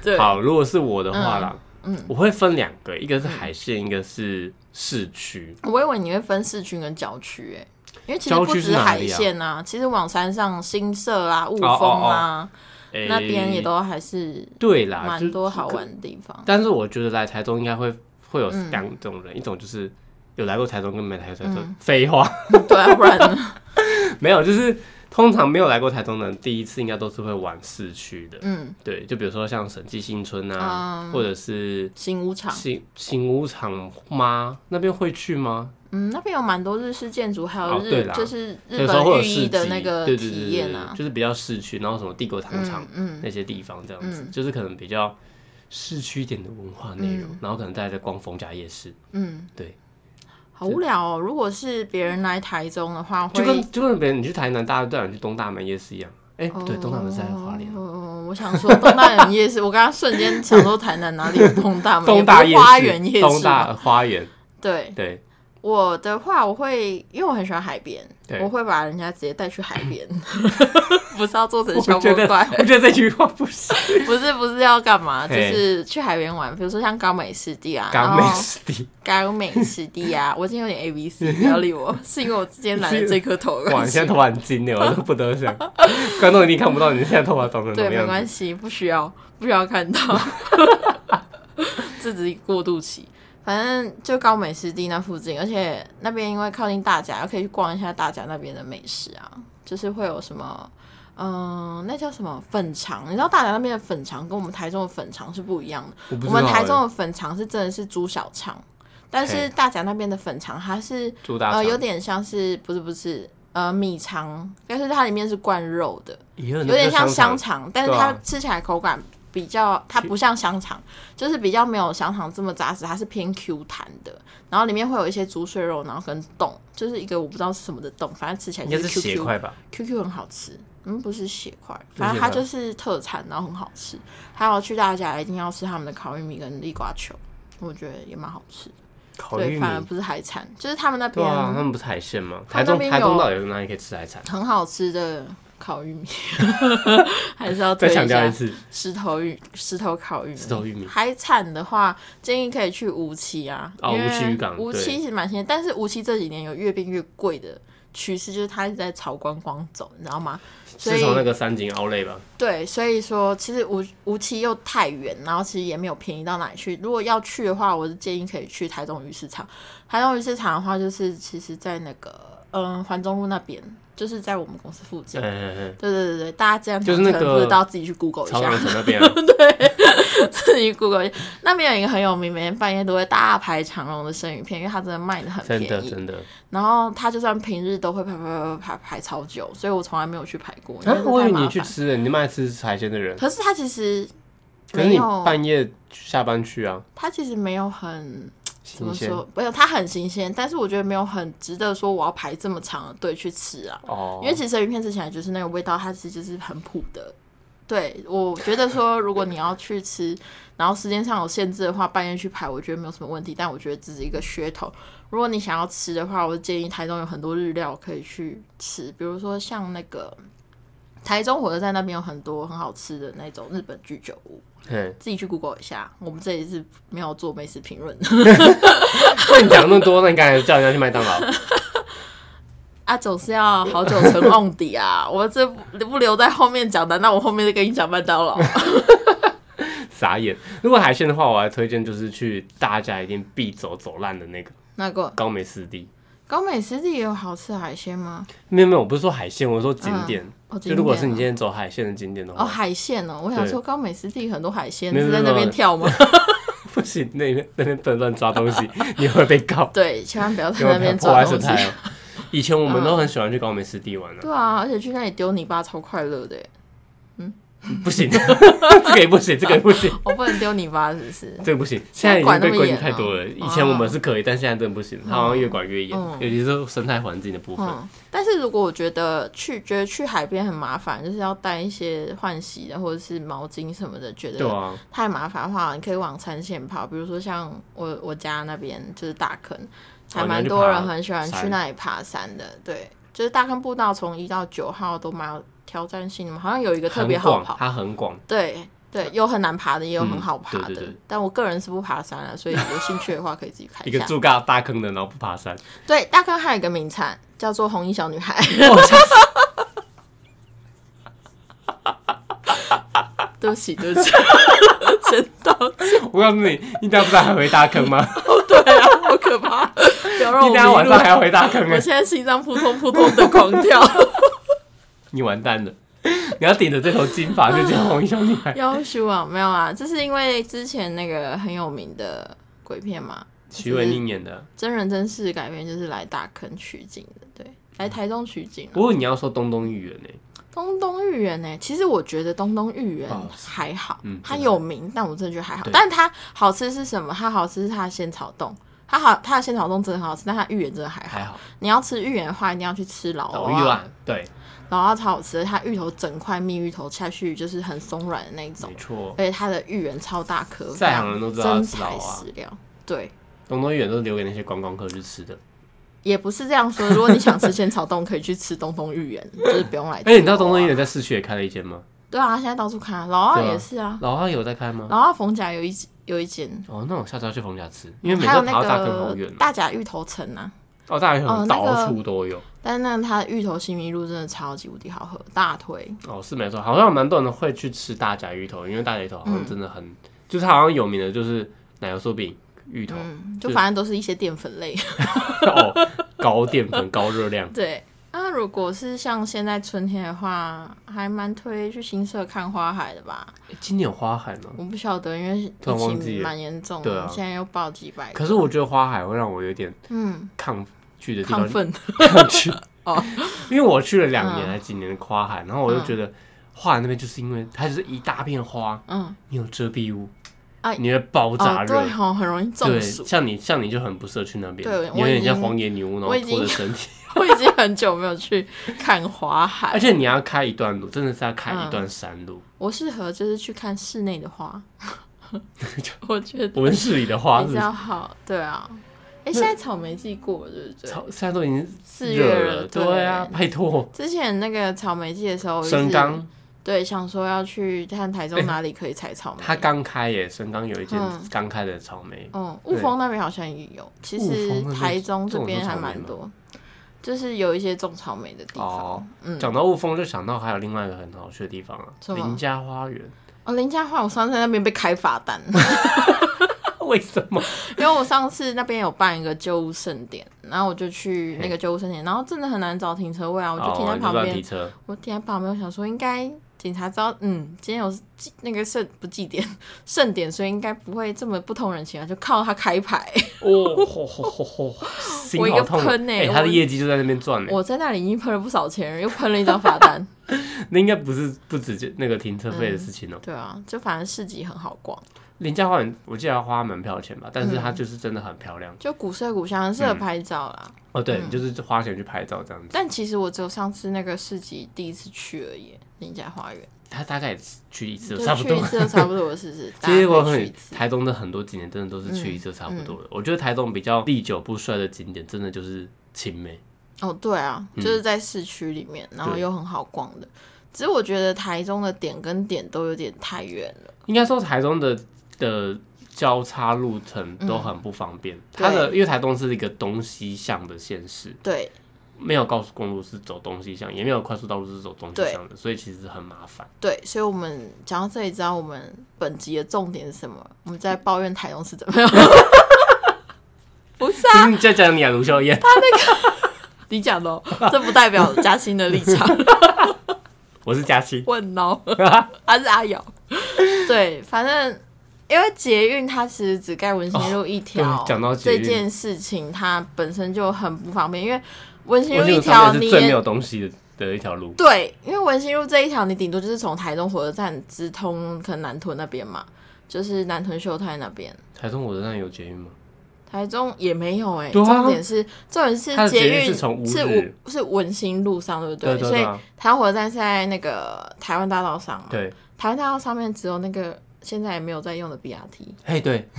Speaker 2: 对，
Speaker 1: (laughs) 好，如果是我的话啦，
Speaker 2: 嗯
Speaker 1: 我会分两个，一个是海线，一个是市区。
Speaker 2: 我以为你会分市区跟郊区诶、欸因为其实
Speaker 1: 郊
Speaker 2: 不
Speaker 1: 区是
Speaker 2: 止
Speaker 1: 哪
Speaker 2: 海
Speaker 1: 里啊
Speaker 2: 线啊，其实往山上新社啊、雾
Speaker 1: 哦
Speaker 2: 峰啊
Speaker 1: 诶
Speaker 2: 那边也都还是
Speaker 1: 对啦，
Speaker 2: 蛮
Speaker 1: 就
Speaker 2: 多好玩的地方。 (laughs)
Speaker 1: 但是我觉得来台中应该会会有两种
Speaker 2: 嗯
Speaker 1: 人，一种就是有来过台中跟没来过台中，废话， (laughs)
Speaker 2: 对啊，不然呢？ (laughs)
Speaker 1: 没有，就是通常没有来过台中的人，第一次应该都是会玩市区的，
Speaker 2: 嗯，
Speaker 1: 对，就比如说像审计新村啊，
Speaker 2: 嗯
Speaker 1: 或者是
Speaker 2: 新屋场，
Speaker 1: 新新屋场吗？那边会去吗？
Speaker 2: 嗯，那边有蛮多日式建筑，还有
Speaker 1: 哦
Speaker 2: 日、
Speaker 1: 对啦
Speaker 2: 就是日
Speaker 1: 有时候会
Speaker 2: 本
Speaker 1: 有
Speaker 2: 浴衣
Speaker 1: 市
Speaker 2: 的
Speaker 1: 集，
Speaker 2: 那个
Speaker 1: 对对
Speaker 2: 体
Speaker 1: 对对
Speaker 2: 验
Speaker 1: 对
Speaker 2: 啊，
Speaker 1: 就是比较市区，然后什么帝国糖厂
Speaker 2: 嗯嗯
Speaker 1: 那些地方这样子，就是可能比较市区一点的文化内容，然后可能大家在逛逢甲夜市，
Speaker 2: 嗯，
Speaker 1: 对，
Speaker 2: 好无聊哦。如果是别人来台中的话，
Speaker 1: 就
Speaker 2: 会
Speaker 1: 跟就跟别人你去台南，大家都想去东大门夜市一样。哎、不对，东大门是在花莲啊。
Speaker 2: 哦，我想说东大门夜市，我刚刚瞬间想说台南哪里有东大门？
Speaker 1: 东大
Speaker 2: 也
Speaker 1: 夜
Speaker 2: 不
Speaker 1: 市，
Speaker 2: 是花园夜
Speaker 1: 东
Speaker 2: 市吧。
Speaker 1: 大花园，
Speaker 2: 对 (laughs)
Speaker 1: 对，
Speaker 2: 我的话，我会因为我很喜欢海边，
Speaker 1: 对
Speaker 2: 我会把人家直接带去海边，不是要做成
Speaker 1: 我
Speaker 2: 小
Speaker 1: 觉
Speaker 2: 魔
Speaker 1: 得
Speaker 2: 怪，
Speaker 1: 我觉得这句话不
Speaker 2: (laughs)
Speaker 1: 行。
Speaker 2: 不是不是要干嘛，就
Speaker 1: 嘿
Speaker 2: 是去海边玩，比如说像高美湿地啊，
Speaker 1: 港
Speaker 2: 然
Speaker 1: 美
Speaker 2: 后
Speaker 1: 湿地，
Speaker 2: 高美湿地啊，我今天有点 A B C，不要理我，是因为我今天染了这颗头的
Speaker 1: (laughs) 哇，
Speaker 2: 关
Speaker 1: 你
Speaker 2: 系
Speaker 1: 现在。头发很金呢，我都不得
Speaker 2: (laughs)
Speaker 1: 想，观众一定看不到你现在头发长成什
Speaker 2: 对，
Speaker 1: 么
Speaker 2: 没
Speaker 1: 样
Speaker 2: 关
Speaker 1: 子。
Speaker 2: 系，不需要， (laughs) 不需要看到，
Speaker 1: (laughs)
Speaker 2: 这只是一个过渡期。反正就高美湿地那附近，而且那边因为靠近大甲，可以去逛一下大甲那边的美食啊，就是会有什么，嗯、那叫什么粉肠？你知道大甲那边的粉肠跟我们台中的粉肠是不一样的。
Speaker 1: 我不
Speaker 2: 我
Speaker 1: 知道
Speaker 2: 们
Speaker 1: 欸
Speaker 2: 台中的粉肠是真的是猪小肠，但是
Speaker 1: 嘿
Speaker 2: 大甲那边的粉肠它是
Speaker 1: 猪大
Speaker 2: 呃
Speaker 1: 肠，
Speaker 2: 有点像是不是不是呃米肠，但是它里面是灌肉的。
Speaker 1: 也有
Speaker 2: 有点像
Speaker 1: 香，
Speaker 2: 香肠，但是
Speaker 1: 对
Speaker 2: 它
Speaker 1: 啊
Speaker 2: 吃起来口感比较，它不像香肠，就是比较没有香肠这么扎实，它是偏 Q 弹的。然后里面会有一些猪碎肉，然后跟冻，就是一个我不知道是什么的冻，反正吃起来
Speaker 1: 应该
Speaker 2: 就是是
Speaker 1: 斜
Speaker 2: QQ
Speaker 1: 块吧？
Speaker 2: QQ 很好吃。嗯，不是血块，
Speaker 1: 不是
Speaker 2: 反正它
Speaker 1: 血块
Speaker 2: 就是特产，然后很好吃。还有去大家一定要吃他们的烤玉米跟地瓜球，我觉得也蛮好吃。
Speaker 1: 烤玉
Speaker 2: 对，
Speaker 1: 米，
Speaker 2: 反而不是海产，就是他们那
Speaker 1: 对
Speaker 2: 边
Speaker 1: 啊，他们不是海鲜吗？
Speaker 2: 他
Speaker 1: 台
Speaker 2: 们那
Speaker 1: 中
Speaker 2: 边
Speaker 1: 台中
Speaker 2: 有
Speaker 1: 到底有哪里可以吃海产？
Speaker 2: 很好吃的烤
Speaker 1: (laughs)
Speaker 2: 玉米，还是要推
Speaker 1: 再
Speaker 2: 一
Speaker 1: 强调
Speaker 2: 下
Speaker 1: 一。次，
Speaker 2: 石头玉石头烤玉米，
Speaker 1: 石头玉米
Speaker 2: 海产的话，建议可以去无期啊，
Speaker 1: 哦
Speaker 2: 因为
Speaker 1: 无期渔港
Speaker 2: 无
Speaker 1: 对
Speaker 2: 期其实蛮新鲜，但是无期这几年有越变越贵的趋势，就是它一直在朝观光走，你知道吗？所
Speaker 1: 是
Speaker 2: 以
Speaker 1: 从那个三井奥莱吧？
Speaker 2: 对，所以说其实无无期又太远，然后其实也没有便宜到哪里去。如果要去的话，我是建议可以去台中鱼市场。台中鱼市场的话，就是其实在那个嗯环中路那边，就是在我们公司附近。
Speaker 1: 嗯嗯嗯，
Speaker 2: 对对对对，大家这样
Speaker 1: 就是那
Speaker 2: 可能
Speaker 1: 个
Speaker 2: 不知道自己去 Google 一下
Speaker 1: 朝。阳城那
Speaker 2: (laughs)
Speaker 1: 边啊，
Speaker 2: 自己 Google (laughs) 一下那边有一个很有名，每天半夜都会大排长龙的生鱼片，因为它真的卖的很
Speaker 1: 真的
Speaker 2: 便宜。
Speaker 1: 真的。
Speaker 2: 然后它就算平日都会排排排排排超久，所以我从来没有去排过，因
Speaker 1: 啊
Speaker 2: 为，
Speaker 1: 我
Speaker 2: 太
Speaker 1: 以为
Speaker 2: 麻
Speaker 1: 你去
Speaker 2: 烦。
Speaker 1: 吃了，你那么爱吃海鲜的人，
Speaker 2: 可是它其实
Speaker 1: 可是
Speaker 2: 没
Speaker 1: 你
Speaker 2: 有，
Speaker 1: 半夜下班去啊，
Speaker 2: 它其实没有很怎
Speaker 1: 新
Speaker 2: 么
Speaker 1: 鲜
Speaker 2: 说，没有它很新鲜，但是我觉得没有很值得说我要排这么长的队去吃啊。
Speaker 1: 哦，
Speaker 2: 因为其实生鱼片吃起来就是那个味道，它其实就是很普的。对，我觉得说，如果你要去吃，然后时间上有限制的话，半夜去排，我觉得没有什么问题。但我觉得只是一个噱头。如果你想要吃的话，我建议台中有很多日料可以去吃，比如说像那个台中火车站那边有很多很好吃的那种日本居酒屋，
Speaker 1: 嗯，
Speaker 2: 自己去 Google 一下。我们这里是没有做美食评论的。 (laughs)
Speaker 1: 那你讲那么多，那你刚才叫人家去麦当劳，
Speaker 2: 啊，总是要好久成瓮底啊！我这不不留在后面讲，难道我后面就跟你讲麦当劳？
Speaker 1: 傻眼。如果海鲜的话，我还推荐就是去大家一定必走走烂的那个
Speaker 2: 那个
Speaker 1: 高美湿地。
Speaker 2: 高美湿地也有好吃的海鲜吗？
Speaker 1: 没有没有，我不是说海鲜，我说景点。
Speaker 2: 哦，
Speaker 1: 就如果是你
Speaker 2: 景
Speaker 1: 今
Speaker 2: 点
Speaker 1: 天走海鲜的景点的
Speaker 2: 哦哦
Speaker 1: 话，
Speaker 2: 海鲜哦，我想
Speaker 1: 对
Speaker 2: 说高美湿地很多海鲜
Speaker 1: 没有
Speaker 2: 是在
Speaker 1: 没
Speaker 2: 那
Speaker 1: 有
Speaker 2: 边
Speaker 1: (laughs)
Speaker 2: 跳吗？。
Speaker 1: 不行，那边那边不能乱抓东西，你会被告
Speaker 2: 对，千万不要在
Speaker 1: 因为
Speaker 2: (laughs) 那边
Speaker 1: 破
Speaker 2: 抓
Speaker 1: 坏生
Speaker 2: 东西。
Speaker 1: 态哦。以前我们都很喜欢去高美湿地玩的、
Speaker 2: 欸对啊，而且去那里丢泥巴超快乐的耶，
Speaker 1: 不行，这个也不
Speaker 2: (laughs)
Speaker 1: 行，这个也不行，
Speaker 2: 我哦不能丢泥巴，是不
Speaker 1: (laughs)
Speaker 2: 是？
Speaker 1: 这个不行。现
Speaker 2: 现在
Speaker 1: 在已经
Speaker 2: 管那
Speaker 1: 被
Speaker 2: 么
Speaker 1: 规定
Speaker 2: 严
Speaker 1: 太
Speaker 2: 哦
Speaker 1: 多了，以前我们是可以，但现在真的不行，它好像越管越严，
Speaker 2: 嗯
Speaker 1: 尤其是生态环境的部分。
Speaker 2: 嗯，但是如果我觉得去觉得去海边很麻烦，就是要带一些换洗的或者是毛巾什么的，觉
Speaker 1: 对
Speaker 2: 得
Speaker 1: 啊，
Speaker 2: 太麻烦的话，你可以往山线跑。比如说像我我家那边就是大坑，
Speaker 1: 哦
Speaker 2: 还蛮多人很喜欢去那里爬山的。对，就是大坑步道从一到九号都蛮有挑战性的嘛，好像有一个特别
Speaker 1: 很
Speaker 2: 好
Speaker 1: 广，
Speaker 2: 跑。
Speaker 1: 它很广。
Speaker 2: 对对，有很难爬的，也有很好爬的。
Speaker 1: 对对对
Speaker 2: 但我个人是不爬山了，所以有兴趣的话可以自己看
Speaker 1: (laughs) 一个
Speaker 2: 下。
Speaker 1: 住大大坑的，然后不爬山，
Speaker 2: 对，大坑还有一个名产叫做红衣小
Speaker 1: (laughs)
Speaker 2: 女孩，
Speaker 1: 哇吓死
Speaker 2: 对不
Speaker 1: (laughs)
Speaker 2: 起，对不起，真的，
Speaker 1: 我告诉你，你等下不是还回大坑
Speaker 2: (laughs)
Speaker 1: 吗？
Speaker 2: 对啊，好可怕！不要让
Speaker 1: 你
Speaker 2: 我
Speaker 1: 等下晚
Speaker 2: 迷
Speaker 1: 上
Speaker 2: 路，
Speaker 1: 还要回大坑哎
Speaker 2: 哦我，现在心脏扑通扑通的狂跳，
Speaker 1: 你完蛋了！你要顶着这头金发就叫红衣小女
Speaker 2: (laughs)
Speaker 1: 孩，
Speaker 2: 要修啊，没有啊，这是因为之前那个很有名的鬼片嘛，
Speaker 1: 徐伟宁演的。
Speaker 2: 真人真事改编，就是来大坑取景的，对，来台中取景、啊
Speaker 1: 不。过你要说东东芋圆呢，欸
Speaker 2: 东东芋圆呢、其实我觉得东东芋圆
Speaker 1: 不好
Speaker 2: 还好，
Speaker 1: 嗯
Speaker 2: 它
Speaker 1: 真的
Speaker 2: 有名，但我真的觉得还好。
Speaker 1: 对
Speaker 2: 但它好吃是什么？它好吃是它的仙草冻，它好，它的仙草冻真的很好吃，但它芋圆真的还好。
Speaker 1: 还好。
Speaker 2: 你要吃芋圆的话，一定要去吃老
Speaker 1: 啊老
Speaker 2: 老
Speaker 1: 芋啊，对，
Speaker 2: 老蛙超好吃的，它芋头整块蜜芋头下去就是很松软的那一种
Speaker 1: 没，错。
Speaker 2: 而且它的芋圆超大颗，
Speaker 1: 在行人都知道
Speaker 2: 真
Speaker 1: 吃啊老
Speaker 2: 材
Speaker 1: 蛙
Speaker 2: 实料。对，
Speaker 1: 东东芋圆都是留给那些观光客去吃的。
Speaker 2: 也不是这样说。如果你想吃仙草冻，可以去吃东东芋圆，就是不用来。
Speaker 1: 哎，你知道东东芋？圆在市区也开了一间吗？
Speaker 2: 对啊，现在到处看啊，老蛙
Speaker 1: 对啊
Speaker 2: 也是啊。
Speaker 1: 老花有在开吗？
Speaker 2: 然后逢甲有一间有一间，嗯
Speaker 1: 哦，那我下次要去冯家吃，因为每
Speaker 2: 还有
Speaker 1: 次
Speaker 2: 那
Speaker 1: 爬到大坑好远
Speaker 2: 个
Speaker 1: 哦。
Speaker 2: 大甲芋头城啊，
Speaker 1: 哦，大坑
Speaker 2: 哦那个
Speaker 1: 到处都有。
Speaker 2: 但是那它的芋头西米露真的超级无敌好喝，大推。
Speaker 1: 哦，是没错，好像蛮多人会去吃大甲芋头，因为大甲芋头好像真的
Speaker 2: 嗯
Speaker 1: 很，就是它好像有名的就是奶油酥饼、芋头，
Speaker 2: 嗯，就反正都是一些淀粉类。
Speaker 1: (laughs)
Speaker 2: (laughs)
Speaker 1: 哦，高淀粉、高热量。
Speaker 2: 对，那如果是像现在春天的话，还蛮推去新社看花海的吧？
Speaker 1: 诶今年有花海吗？
Speaker 2: 我不晓得，因为疫
Speaker 1: 突然忘记
Speaker 2: 情
Speaker 1: 了
Speaker 2: 蛮严重
Speaker 1: 对
Speaker 2: 的，
Speaker 1: 啊
Speaker 2: 现在又爆几百个。
Speaker 1: 可是我觉得花海会让我有点
Speaker 2: 嗯，
Speaker 1: 抗拒的地
Speaker 2: 亢
Speaker 1: 方，
Speaker 2: 奋，
Speaker 1: 抗拒
Speaker 2: (laughs) 哦，
Speaker 1: 因为我去了两年
Speaker 2: 嗯
Speaker 1: 还几年的花海，然后我就觉得花海那边就是因为它就是一大片花，
Speaker 2: 嗯，
Speaker 1: 你有遮蔽物
Speaker 2: 哎，
Speaker 1: 你会爆炸
Speaker 2: 哦，
Speaker 1: 热
Speaker 2: 对。哦，很容易中
Speaker 1: 对，
Speaker 2: 暑。
Speaker 1: 像你像你就很不适合去那边，
Speaker 2: 对
Speaker 1: 你
Speaker 2: 我
Speaker 1: 有
Speaker 2: 已
Speaker 1: 点像
Speaker 2: 经
Speaker 1: 荒野女巫，然
Speaker 2: 我
Speaker 1: 后
Speaker 2: 已经
Speaker 1: 拖着身体。
Speaker 2: 我已经很久没有去看花
Speaker 1: 而
Speaker 2: 海，
Speaker 1: 且你要开一段路，真的是要开一段山路。
Speaker 2: 我适合就是去看室内的
Speaker 1: (laughs)
Speaker 2: 花，我觉得
Speaker 1: 我们市里的花是
Speaker 2: 比
Speaker 1: 不是
Speaker 2: 较好。对啊，哎，现在草莓季过了，对不对？
Speaker 1: 草，现在都已经
Speaker 2: 四
Speaker 1: 热
Speaker 2: 月
Speaker 1: 了，
Speaker 2: 了，
Speaker 1: 对啊，。拜托，
Speaker 2: 之前那个草莓季的时候，我一
Speaker 1: 神
Speaker 2: 直
Speaker 1: 冈
Speaker 2: 对，想说要去看台
Speaker 1: 哎
Speaker 2: 中哪里可以采草莓。
Speaker 1: 它刚开耶，神冈有一间
Speaker 2: 嗯
Speaker 1: 刚开的草莓，
Speaker 2: 嗯，雾峰那边好像也有，其
Speaker 1: 雾峰
Speaker 2: 实
Speaker 1: 那边
Speaker 2: 台中这
Speaker 1: 种
Speaker 2: 边
Speaker 1: 得
Speaker 2: 还
Speaker 1: 草莓
Speaker 2: 蛮
Speaker 1: 吗
Speaker 2: 多，就是有一些种草莓的地方。
Speaker 1: 哦
Speaker 2: 嗯，
Speaker 1: 讲到雾峰就想到还有另外一个很好去的地方啊，
Speaker 2: 什么
Speaker 1: 林家花园。 (laughs)
Speaker 2: 哦，林家花，我上次在那边被开罚单，
Speaker 1: 为什么？
Speaker 2: 因为我上次那边有办一个救物盛典，然后我就去那个救物盛典，然后真的很难找停车位啊，我就停
Speaker 1: 哦
Speaker 2: 在
Speaker 1: 你
Speaker 2: 旁
Speaker 1: 乱
Speaker 2: 边，
Speaker 1: 提车，
Speaker 2: 我停在旁边，我想说应该警察知道，嗯，今天有祭那个盛不祭典 (laughs) 盛典，所以应该不会这么不通人情啊，就靠他开牌。
Speaker 1: 哦，吼吼吼吼，
Speaker 2: (laughs)
Speaker 1: 心
Speaker 2: 我一
Speaker 1: 好
Speaker 2: 个
Speaker 1: 痛啊！
Speaker 2: 喷欸
Speaker 1: 哎，
Speaker 2: 我
Speaker 1: 他的业绩就在那边赚欸呢。
Speaker 2: 我在那里已经喷了不少钱了，又喷了一张罚单。 (laughs)
Speaker 1: 那应该不是不止就那个停车费的事情哦。
Speaker 2: 对啊，就反正市集很好逛，
Speaker 1: 林家花园，我记得要花门票钱吧，但是它
Speaker 2: 嗯
Speaker 1: 就是真的很漂亮。
Speaker 2: 就古色古香，很
Speaker 1: 嗯
Speaker 2: 适合拍照啦。
Speaker 1: 哦，对，你就是花钱去拍照这样子。
Speaker 2: 但其实我只有上次那个市集第一次去而已，林家花园，
Speaker 1: 他大概也去一次
Speaker 2: 就
Speaker 1: 就差不 (laughs)
Speaker 2: 去
Speaker 1: 多
Speaker 2: 一。次就差不多了，是不是？
Speaker 1: (laughs)
Speaker 2: 大
Speaker 1: 其实
Speaker 2: 家
Speaker 1: 我
Speaker 2: 可以去一
Speaker 1: 很
Speaker 2: 次。嗯
Speaker 1: 台中的很多景点真的都是去一次就差不多了。我觉得台中比较历久不衰的景点，真的就是青梅。
Speaker 2: 哦，对啊，
Speaker 1: 嗯
Speaker 2: 就是在市区里面，然后又很好逛的。只是我觉得台中的点跟点都有点太远了。
Speaker 1: 应该说台中的的交叉路程
Speaker 2: 嗯
Speaker 1: 都很不方便。它的因为台中是一个东西向的县市，
Speaker 2: 对，
Speaker 1: 没有高速公路是走东西向，也没有快速道路是走东西向的，所以其实很麻烦。
Speaker 2: 对，所以我们讲到这里，知道我们本集的重点是什么？我们在抱怨台中市怎么样？ (laughs) 不是啊，
Speaker 1: 其实你在讲你啊，卢秀燕，
Speaker 2: 你讲的、哦，这不代表嘉欣的立场。
Speaker 1: 我是佳琪。(laughs)
Speaker 2: 问哦，他是阿瑶。对，反正因为捷运它其实只盖文心路一条、
Speaker 1: 哦对讲到捷
Speaker 2: 这
Speaker 1: 运
Speaker 2: 件事情，它本身就很不方便，因为文心
Speaker 1: 我
Speaker 2: 路
Speaker 1: 觉
Speaker 2: 一
Speaker 1: 得上
Speaker 2: 条
Speaker 1: 面
Speaker 2: 你
Speaker 1: 是最没
Speaker 2: 也
Speaker 1: 有东西的的一条路。
Speaker 2: 对，因为文心路这一条，你顶多就是从台中火车站直通，可能南屯那边嘛，就是南屯秀泰那边。
Speaker 1: 台中火车站有捷运吗？
Speaker 2: 台中也没有哎、
Speaker 1: 对啊
Speaker 2: 重点是重点
Speaker 1: 它
Speaker 2: 是
Speaker 1: 的捷运
Speaker 2: 运
Speaker 1: 是从乌
Speaker 2: 是
Speaker 1: 日
Speaker 2: 是文心路上，对不
Speaker 1: 对对
Speaker 2: 所
Speaker 1: 对
Speaker 2: 以
Speaker 1: 啊
Speaker 2: 台湾火车站是在那个台湾大道上嘛。
Speaker 1: 对，
Speaker 2: 台湾大道上面只有那个现在也没有在用的 BRT
Speaker 1: 嘿 (laughs) 对，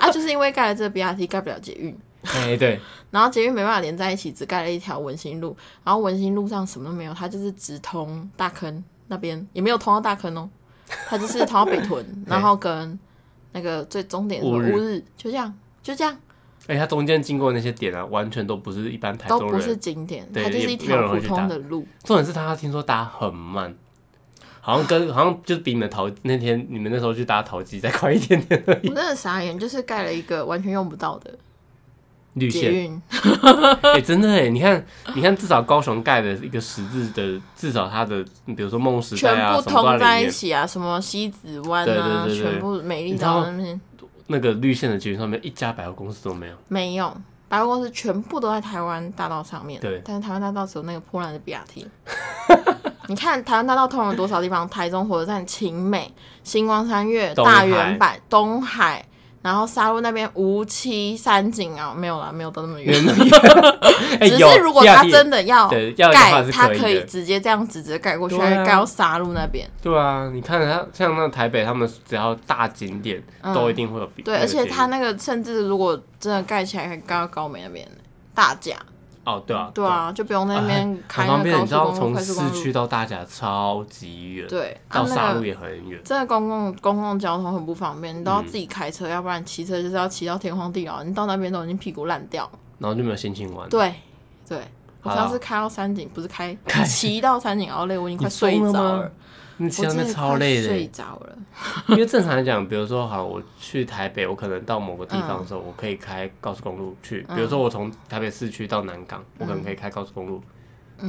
Speaker 2: 啊，就是因为盖了这个 BRT 盖不了捷运，
Speaker 1: 嘿哎对，
Speaker 2: 然后捷运没办法连在一起，只盖了一条文心路，然后文心路上什么都没有，它就是直通大坑那边，也没有通到大坑哦，它就是通到北屯，然后跟那个最终点什么
Speaker 1: 乌日
Speaker 2: 乌日，就这样，就这样，
Speaker 1: 哎，它中间经过那些点啊，完全都不是一般台
Speaker 2: 都
Speaker 1: 中
Speaker 2: 不是
Speaker 1: 人。
Speaker 2: 景点，
Speaker 1: 对
Speaker 2: 它就是一
Speaker 1: 也没有
Speaker 2: 条
Speaker 1: 人
Speaker 2: 普
Speaker 1: 会去
Speaker 2: 通的路。
Speaker 1: (laughs) 重点是他听说搭很慢，好像跟好像就是比你们淘那天你们那时候去搭淘机再快一点点而
Speaker 2: 我
Speaker 1: 已。
Speaker 2: 真的傻眼，就是盖了一个完全用不到的
Speaker 1: 绿
Speaker 2: 捷
Speaker 1: 线，
Speaker 2: 运，
Speaker 1: 哎，真的哎，你看你看，至少高雄盖的一个十字的，至少它的比如说梦时代
Speaker 2: 全
Speaker 1: 啊
Speaker 2: 部
Speaker 1: 什么
Speaker 2: 通
Speaker 1: 都在
Speaker 2: 在
Speaker 1: 里
Speaker 2: 一
Speaker 1: 面。
Speaker 2: 起啊，什么西子湾啊，
Speaker 1: 对对对对
Speaker 2: 全部美丽岛那边
Speaker 1: 那个绿线的捷运上面一家百货公司都没有。
Speaker 2: 没有。百货公司全部都在台湾大道上面，
Speaker 1: 对
Speaker 2: 但是台湾大道只有那个破烂的 BRT。你看台湾大道通了多少地方？台中火车站、晴美、星光三月、
Speaker 1: 东海
Speaker 2: 大圆柏、东海，然后沙鹿那边无期、三井啊，没有啦，没有到那
Speaker 1: (laughs)
Speaker 2: 么远。
Speaker 1: 哎，
Speaker 2: 只
Speaker 1: 有
Speaker 2: 是如果他
Speaker 1: 亚
Speaker 2: 真的要
Speaker 1: 对要的话
Speaker 2: 盖，
Speaker 1: 是
Speaker 2: 他
Speaker 1: 可以
Speaker 2: 可以
Speaker 1: 的
Speaker 2: 直接这样直接盖过去，
Speaker 1: 对
Speaker 2: 还
Speaker 1: 啊
Speaker 2: 盖到沙鹿那边。
Speaker 1: 对啊，你看它像那台北，他们只要大景点、
Speaker 2: 嗯
Speaker 1: 都一定会有比。
Speaker 2: 对，
Speaker 1: 那个
Speaker 2: 而且
Speaker 1: 捷运
Speaker 2: 他那个甚至如果真的盖起来，还盖到高美那边大甲，
Speaker 1: 哦，对啊，
Speaker 2: 对，啊，就不用在那边开
Speaker 1: 很
Speaker 2: 那
Speaker 1: 方
Speaker 2: 个
Speaker 1: 便。
Speaker 2: 高
Speaker 1: 你知
Speaker 2: 速
Speaker 1: 道
Speaker 2: 公路、
Speaker 1: 从
Speaker 2: 快速公
Speaker 1: 市区
Speaker 2: 路。
Speaker 1: 到大甲超级远，
Speaker 2: 对，啊
Speaker 1: 到
Speaker 2: 那
Speaker 1: 沙鹿
Speaker 2: 个
Speaker 1: 也很远。
Speaker 2: 真的公共公共交通很不方便，你
Speaker 1: 嗯
Speaker 2: 都要自己开车，要不然骑车就是要骑到天荒地老，你到那边都已经屁股烂掉了。
Speaker 1: 然后就没有心情玩。
Speaker 2: 对，对。我
Speaker 1: 嗯好
Speaker 2: 上
Speaker 1: 啦
Speaker 2: 次开到山顶，不
Speaker 1: (laughs)
Speaker 2: 是开骑到山顶，然后累，我已经快
Speaker 1: 你疯
Speaker 2: 睡
Speaker 1: 了
Speaker 2: 着
Speaker 1: 吗
Speaker 2: 了，
Speaker 1: 你
Speaker 2: 我
Speaker 1: 骑到
Speaker 2: 真
Speaker 1: 那
Speaker 2: 的
Speaker 1: 超
Speaker 2: 快
Speaker 1: 累
Speaker 2: 睡
Speaker 1: 的，欸
Speaker 2: 着了。
Speaker 1: 因为正常来讲，比如说，好，我去台北，我可能到某个地
Speaker 2: 嗯
Speaker 1: 方的时候，我可以开高速公路去。比如说，我从台北市区到南港，我
Speaker 2: 嗯
Speaker 1: 可能可以开高速公路。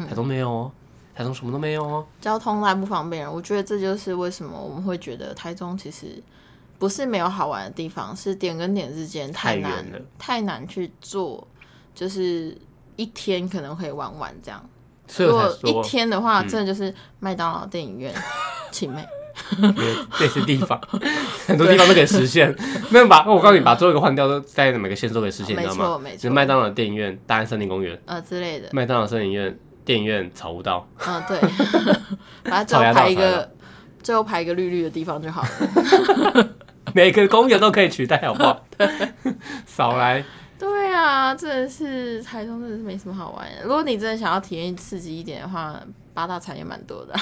Speaker 1: 台中没有哦，台中什么都没有哦。
Speaker 2: 交通太不方便了。我觉得这就是为什么我们会觉得台中其实不是没有好玩的地方，是点跟点之间太
Speaker 1: 太
Speaker 2: 难
Speaker 1: 远了
Speaker 2: 太难去做，就是一天可能可以玩完这样。
Speaker 1: 所以
Speaker 2: 如
Speaker 1: 我
Speaker 2: 果
Speaker 1: 才
Speaker 2: 一
Speaker 1: 说，嗯
Speaker 2: 天的话，真的就是麦当劳、电影院、晴美。
Speaker 1: 因
Speaker 2: (laughs)
Speaker 1: 为这些地方很多地方都可以实现。那把我告诉你，把最后一个换掉，都在每个县都可以实现，你
Speaker 2: 没
Speaker 1: 知道吗？
Speaker 2: 错，没
Speaker 1: 就是
Speaker 2: 错，
Speaker 1: 麦当劳电影院、大安森林公园、
Speaker 2: 呃之类的，
Speaker 1: 麦当劳森林院、电影院、草悟道。
Speaker 2: 嗯，对，把它最
Speaker 1: 草芽
Speaker 2: 后
Speaker 1: 稻
Speaker 2: 排一
Speaker 1: 草芽
Speaker 2: 个，最后排一个绿绿的地方就好了。
Speaker 1: (laughs) 每个公园都可以取代，好不好？ (laughs) 少来，
Speaker 2: 对啊，真的是台中，真的是没什么好玩的。如果你真的想要体验刺激一点的话，八大产业蛮
Speaker 1: (laughs)
Speaker 2: 多的，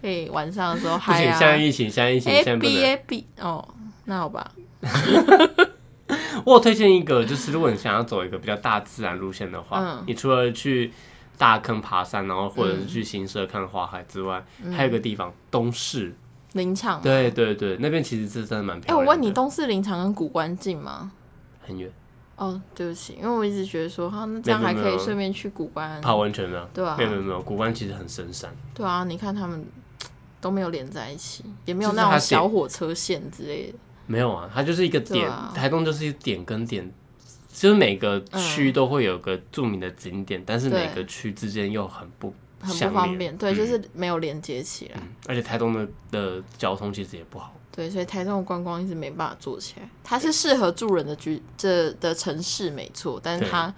Speaker 2: 可以晚上的时候
Speaker 1: 不
Speaker 2: 嗨
Speaker 1: 行，
Speaker 2: 啊
Speaker 1: 现在疫情，现在疫情，现在不
Speaker 2: ，B
Speaker 1: 能。
Speaker 2: A B 哦，那好吧，
Speaker 1: 我有推荐一个，就是如果你想要走一个比较大自然路线的话，
Speaker 2: 嗯
Speaker 1: 你除了去大坑爬山，然后或者是去新社看花海之外，
Speaker 2: 嗯
Speaker 1: 还有一个地方东市，
Speaker 2: 林场。哎、
Speaker 1: 对对对，那边其实是真的蛮漂亮的。
Speaker 2: 我问你，东势林场跟古关近吗？
Speaker 1: 很远，
Speaker 2: 哦，对不起，因为我一直觉得说，哈、那这样
Speaker 1: 没
Speaker 2: 还
Speaker 1: 有没有
Speaker 2: 可以
Speaker 1: 没有
Speaker 2: 顺便去古关。
Speaker 1: 泡温泉的，
Speaker 2: 对啊
Speaker 1: 没有没有没有，古关其实很深山，
Speaker 2: 对啊，你看他们都没有连在一起，也没有
Speaker 1: 就是
Speaker 2: 那
Speaker 1: 它
Speaker 2: 种
Speaker 1: 点
Speaker 2: 小火车线之类的。
Speaker 1: 没有啊，它就是一个
Speaker 2: 对
Speaker 1: 点，
Speaker 2: 啊
Speaker 1: 台东就是一个点跟点。就是每个区都会有个著名的景点，但是
Speaker 2: 对
Speaker 1: 每个区之间又很不
Speaker 2: 很
Speaker 1: 相
Speaker 2: 不方
Speaker 1: 连
Speaker 2: 便，对，就是
Speaker 1: 嗯
Speaker 2: 没有连接起来。
Speaker 1: 而且台东的的交通其实也不好，
Speaker 2: 对，所以台中的观光一直没办法做起来。它是适合住人的居这的城市没错，但是
Speaker 1: 对
Speaker 2: 它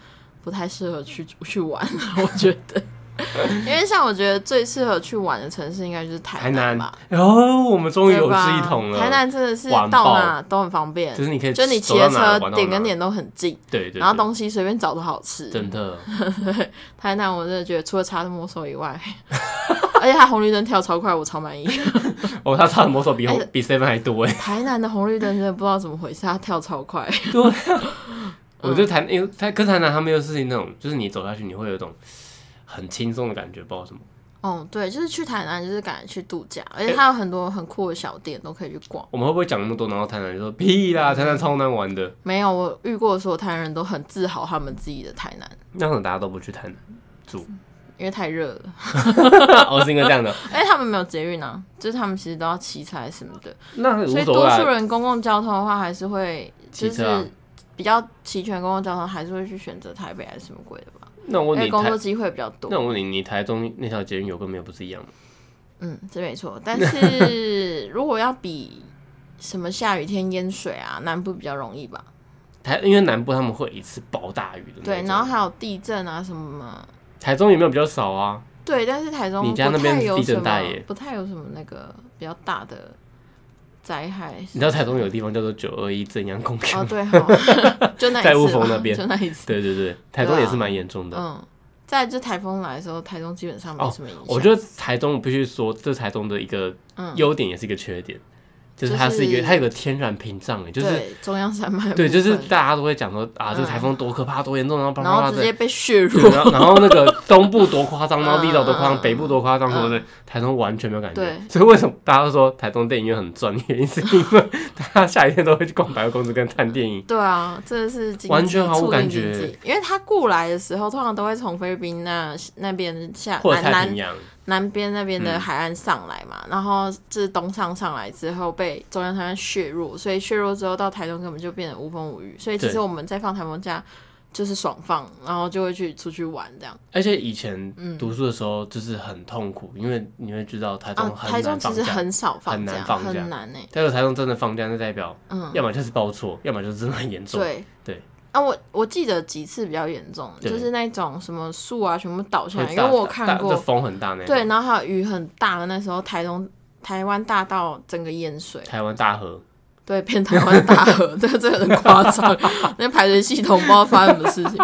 Speaker 2: 不太适合去 (laughs) 去玩，啊我觉得。 (laughs) 因为像我觉得最适合去玩的城市应该就是
Speaker 1: 台
Speaker 2: 台
Speaker 1: 南
Speaker 2: 吧，，
Speaker 1: 哦，我们终于
Speaker 2: 对
Speaker 1: 有志
Speaker 2: 吧？
Speaker 1: 一同了。
Speaker 2: 台，南真的是
Speaker 1: 完
Speaker 2: 到
Speaker 1: 爆
Speaker 2: 哪都很方便
Speaker 1: 就，是你可以
Speaker 2: 就你
Speaker 1: 走
Speaker 2: 骑
Speaker 1: 到
Speaker 2: 的
Speaker 1: 哪
Speaker 2: 车
Speaker 1: 玩到
Speaker 2: 点
Speaker 1: 哪
Speaker 2: 跟点都很近，
Speaker 1: 对对对，
Speaker 2: 然后东西随便找都好吃。
Speaker 1: 真的，
Speaker 2: 台南我真的觉得除了茶的魔手以外， (laughs) 而且它红绿灯跳超快，我超满意。
Speaker 1: 哦，他差的魔手比
Speaker 2: 哎
Speaker 1: 比 seven 还多哎。
Speaker 2: 台南的红绿灯真的不知道怎么回事，它跳超快。嗯
Speaker 1: 我觉得台，因为台跟台南他们又是那种，就是你走下去你会有一种很轻松的感觉，不知道为什么。
Speaker 2: 哦，对，就是去台南就是感觉去度假，而且它有很多很酷的小店都可以去逛。
Speaker 1: 我们会不会讲那么多，然后台南就说屁啦，
Speaker 2: 嗯
Speaker 1: 台南超难玩的，
Speaker 2: 没有，我遇过的所有台南人都很自豪他们自己的台南，
Speaker 1: 那可能大家都不去台
Speaker 2: (laughs)
Speaker 1: 南住，
Speaker 2: 因为太热了，
Speaker 1: 哦，是因为这样的，
Speaker 2: 而且他们没有捷运啊，就是他们其实都要骑车还是什么的，
Speaker 1: (laughs) 那无
Speaker 2: 所以
Speaker 1: 所谓
Speaker 2: 多数
Speaker 1: 啊。
Speaker 2: 人公共交通的话还是会就
Speaker 1: 骑车啊
Speaker 2: 是比较齐全，公共交通还是会去选择台北还是什么鬼的吧？
Speaker 1: 那我
Speaker 2: 因
Speaker 1: 问
Speaker 2: 为
Speaker 1: 你
Speaker 2: 哎工
Speaker 1: 台
Speaker 2: 作，机会比较多。
Speaker 1: 那我问你，你台中那条捷运有跟没有不是一样吗？
Speaker 2: 嗯，这没错。但是如果要比什么下雨天淹水啊，南部比较容易吧？
Speaker 1: 台因为南部他们会一次暴大雨的那种，
Speaker 2: 对，然后还有地震啊什么嘛。
Speaker 1: 台中有没有比较少啊？
Speaker 2: 对，但是台中
Speaker 1: 你家那边
Speaker 2: 不太
Speaker 1: 是
Speaker 2: 有
Speaker 1: 地震
Speaker 2: 什么
Speaker 1: 带耶
Speaker 2: 不太有什么那个比较大的灾害。
Speaker 1: 你知道台中有地方叫做九二一正阳公园
Speaker 2: 哦，
Speaker 1: 吗？
Speaker 2: 对哈， (laughs) 就那一次
Speaker 1: 在雾
Speaker 2: 嘛
Speaker 1: 峰那边
Speaker 2: (laughs) 就那一次。
Speaker 1: (laughs) 对对对，台中
Speaker 2: 对啊
Speaker 1: 也是蛮严重的。
Speaker 2: 嗯，在就台风来的时候，台中基本上没什么影响。
Speaker 1: 哦我觉得台中我必须说，这台中的一个
Speaker 2: 嗯
Speaker 1: 优点也是一个缺点，就
Speaker 2: 就是
Speaker 1: 它是一个它有个天然屏障，哎就是
Speaker 2: 对中央山脉的
Speaker 1: 对，
Speaker 2: 部
Speaker 1: 就是
Speaker 2: 分
Speaker 1: 大家都会讲说啊，
Speaker 2: 嗯
Speaker 1: 这个台风多可怕，多严重，然后啪
Speaker 2: 然
Speaker 1: 啪啪
Speaker 2: 后直
Speaker 1: 的
Speaker 2: 接。被削
Speaker 1: 对
Speaker 2: (laughs) 弱。
Speaker 1: 然后，然后那个东部多夸张，然后
Speaker 2: 嗯
Speaker 1: 离岛多夸
Speaker 2: 嗯
Speaker 1: 张，
Speaker 2: 嗯
Speaker 1: 北部多夸张，什么的
Speaker 2: 嗯，
Speaker 1: 台中完全没有感觉
Speaker 2: 对。
Speaker 1: 所以为什么大家都说台中电影院很赚？原因是因
Speaker 2: (laughs)
Speaker 1: 为大家下雨天都会去逛百货公司跟看电影。
Speaker 2: 对啊，这是经济
Speaker 1: 完全毫无
Speaker 2: 促进
Speaker 1: 感觉
Speaker 2: 经济，因为他过来的时候，通常都会从菲律宾那那边下
Speaker 1: 或者
Speaker 2: 南
Speaker 1: 太平
Speaker 2: 南
Speaker 1: 洋，
Speaker 2: 南边那边的
Speaker 1: 嗯
Speaker 2: 海岸上来嘛，然后自东上上来之后被中央山脉削弱，所以削弱之后到台东根本就变得无风无雨，所以其实
Speaker 1: 对
Speaker 2: 我们在放台风假就是爽放，然后就会去出去玩这样。
Speaker 1: 而且以前
Speaker 2: 嗯
Speaker 1: 读书的时候就是很痛苦，因为你会知道台中
Speaker 2: 啊，
Speaker 1: 很
Speaker 2: 台中
Speaker 1: 难
Speaker 2: 其
Speaker 1: 放
Speaker 2: 实
Speaker 1: 假。
Speaker 2: 很少放
Speaker 1: 很难
Speaker 2: 假，
Speaker 1: 放假
Speaker 2: 很难欸呢、
Speaker 1: 但是台中真的放假，那代表
Speaker 2: 嗯，
Speaker 1: 要么就是报错，要么就是真的很严重。
Speaker 2: 对
Speaker 1: 对。
Speaker 2: 啊，我我记得几次比较严重，
Speaker 1: 对
Speaker 2: 就是那种什么树啊全部倒下
Speaker 1: 会
Speaker 2: 来，因为
Speaker 1: 大
Speaker 2: 我有
Speaker 1: 大
Speaker 2: 看
Speaker 1: 大这
Speaker 2: 过，
Speaker 1: 风很大那种
Speaker 2: 对，然后还有雨很大的那时候，台东台湾大道整个淹水，
Speaker 1: 台湾大河，
Speaker 2: 对，变台湾大河， (laughs) 这个这个很夸张，那排水系统不知道发生什么事情，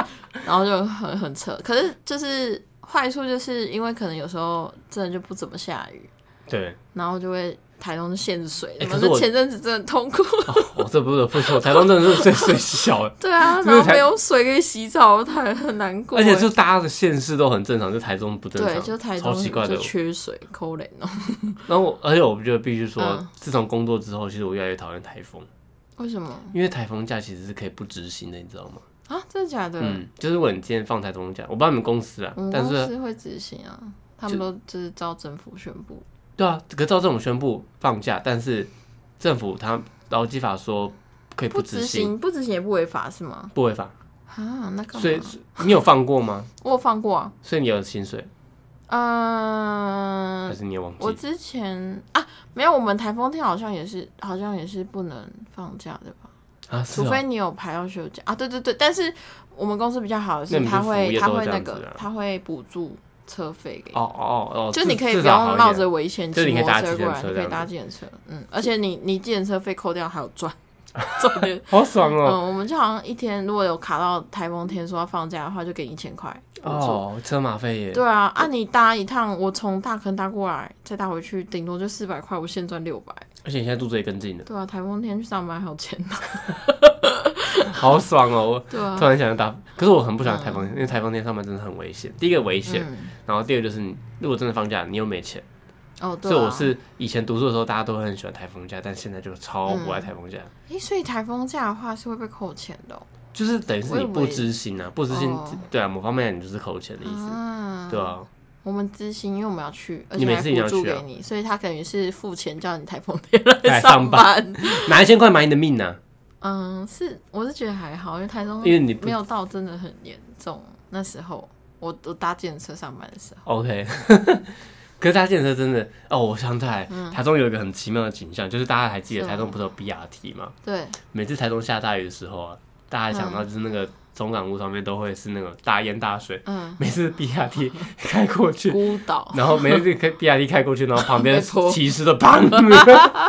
Speaker 2: 然后就很很扯。可是就是坏处就是因为可能有时候真的就不怎么下雨，
Speaker 1: 对，
Speaker 2: 然后就会台东限水，
Speaker 1: 欸
Speaker 2: 什
Speaker 1: 可
Speaker 2: 么
Speaker 1: 是
Speaker 2: 的
Speaker 1: 我
Speaker 2: 前阵子真的很痛苦。
Speaker 1: 哦，这不得不说，台中真的是最最小的，
Speaker 2: 对啊，
Speaker 1: 就是
Speaker 2: 然后
Speaker 1: 台
Speaker 2: 没有水可以洗澡，我台很难过
Speaker 1: 而
Speaker 2: 欸。
Speaker 1: 且就大家的县市都很正常，就台中不正
Speaker 2: 对，
Speaker 1: 常，
Speaker 2: 就台
Speaker 1: 超
Speaker 2: 东
Speaker 1: 奇怪
Speaker 2: 就
Speaker 1: 的。
Speaker 2: 缺水，抠脸哦。
Speaker 1: 然后我，而且我觉得必须说，
Speaker 2: 嗯
Speaker 1: 自从工作之后，其实我越来越讨厌台风，
Speaker 2: 为什么
Speaker 1: 因为台风假其实是可以不执行的，你知道吗？
Speaker 2: 啊？真的假的？
Speaker 1: 嗯，就是我今天放台风假，我不知道你们公司啊
Speaker 2: 我，们
Speaker 1: 但
Speaker 2: 嗯公
Speaker 1: 是
Speaker 2: 司会执行啊，他们都就是照政府宣布。
Speaker 1: 对啊，可是照这种宣布放假，但是政府他劳基法说可以
Speaker 2: 不
Speaker 1: 执
Speaker 2: 执
Speaker 1: 行，
Speaker 2: 行，不执行也不违法是吗？
Speaker 1: 不违法，
Speaker 2: 啊，那干
Speaker 1: 所以
Speaker 2: 嘛？
Speaker 1: 你有放过吗？
Speaker 2: 我有放过啊，
Speaker 1: 所以你有薪水，
Speaker 2: 嗯、
Speaker 1: 还是你也忘记
Speaker 2: 我？之前啊没有，我们台风天好像也是，好像也是不能放假的吧？
Speaker 1: 啊，是
Speaker 2: 除
Speaker 1: 哦
Speaker 2: 非你有排到休假啊。对对对，但是我们公司比较好的
Speaker 1: 那
Speaker 2: 是，
Speaker 1: 你们
Speaker 2: 他
Speaker 1: 就服务
Speaker 2: 会
Speaker 1: 业
Speaker 2: 他
Speaker 1: 都
Speaker 2: 会
Speaker 1: 这
Speaker 2: 那
Speaker 1: 样子
Speaker 2: 个
Speaker 1: 啊
Speaker 2: 他会补助车费给你。
Speaker 1: 哦哦哦，
Speaker 2: 就
Speaker 1: 至
Speaker 2: 你可以
Speaker 1: 至
Speaker 2: 不
Speaker 1: 少好
Speaker 2: 用
Speaker 1: 一
Speaker 2: 冒
Speaker 1: 点
Speaker 2: 着危险
Speaker 1: 就
Speaker 2: 骑
Speaker 1: 你可以
Speaker 2: 摩托
Speaker 1: 搭
Speaker 2: 车
Speaker 1: 计
Speaker 2: 过
Speaker 1: 程
Speaker 2: 来，
Speaker 1: 车
Speaker 2: 你可
Speaker 1: 这
Speaker 2: 以
Speaker 1: 样
Speaker 2: 搭计程车，嗯，而且你你计程车费扣掉还有
Speaker 1: (laughs)
Speaker 2: 赚，赚点，
Speaker 1: 好爽哦！
Speaker 2: 嗯，我们就好像一天如果有卡到台风天说要放假的话，就给你一千块补助，
Speaker 1: 哦，车马费耶，
Speaker 2: 嗯对啊，啊，你搭一趟，我从大坑搭过来，再搭回去，顶多就四百块，我现赚六百。
Speaker 1: 而且你现在住这里更近了，
Speaker 2: 对啊，台风天去上班还有钱拿。
Speaker 1: 好爽哦！
Speaker 2: 对
Speaker 1: 我
Speaker 2: 啊
Speaker 1: 突，然想要搭，可是我很不喜欢台风天，因为台风天上班真的很危险。第一个危险，
Speaker 2: 嗯，
Speaker 1: 然后第二个就是你如果真的放假，你又没钱，
Speaker 2: 哦，对
Speaker 1: 所以我
Speaker 2: 啊。
Speaker 1: 是以前读书的时候大家都会很喜欢台风假，但现在就超不
Speaker 2: 嗯
Speaker 1: 爱台风假，
Speaker 2: 诶，所以台风假的话是会被扣钱的哦、
Speaker 1: 就是等于是你
Speaker 2: 我以为
Speaker 1: 不知心啊，不知心
Speaker 2: 哦，
Speaker 1: 对啊，某方面你就是扣钱的意思，
Speaker 2: 啊
Speaker 1: 对啊，
Speaker 2: 我们知心，因为我们要去，而
Speaker 1: 你
Speaker 2: 且
Speaker 1: 每
Speaker 2: 还
Speaker 1: 次一定要
Speaker 2: 补助
Speaker 1: 去啊
Speaker 2: 给你，所以他等于是付钱叫你台风天
Speaker 1: 来上
Speaker 2: 上
Speaker 1: 班
Speaker 2: 班。
Speaker 1: 拿一千块买你的命啊！
Speaker 2: 嗯，是，我是觉得还好，因为台中
Speaker 1: 因为你不
Speaker 2: 没有到真的很严重。那时候我我搭电车上班的时候，
Speaker 1: OK，可是搭建车真的哦，我想起来，台中有一个很奇妙的景象，就是大家还记得
Speaker 2: 嗯是吗
Speaker 1: 台中不是有 BRT 吗？
Speaker 2: 对，
Speaker 1: 每次台中下大雨的时候啊，大家想
Speaker 2: 嗯
Speaker 1: 到就是那个中港路上面都会是那个大烟大水，
Speaker 2: 嗯，
Speaker 1: 每次 BRT 开过去，
Speaker 2: 孤
Speaker 1: (laughs)
Speaker 2: 岛，
Speaker 1: 然后每次开 BRT 开过去，然后旁边
Speaker 2: (laughs) 被泼
Speaker 1: 骑士都砰， (laughs)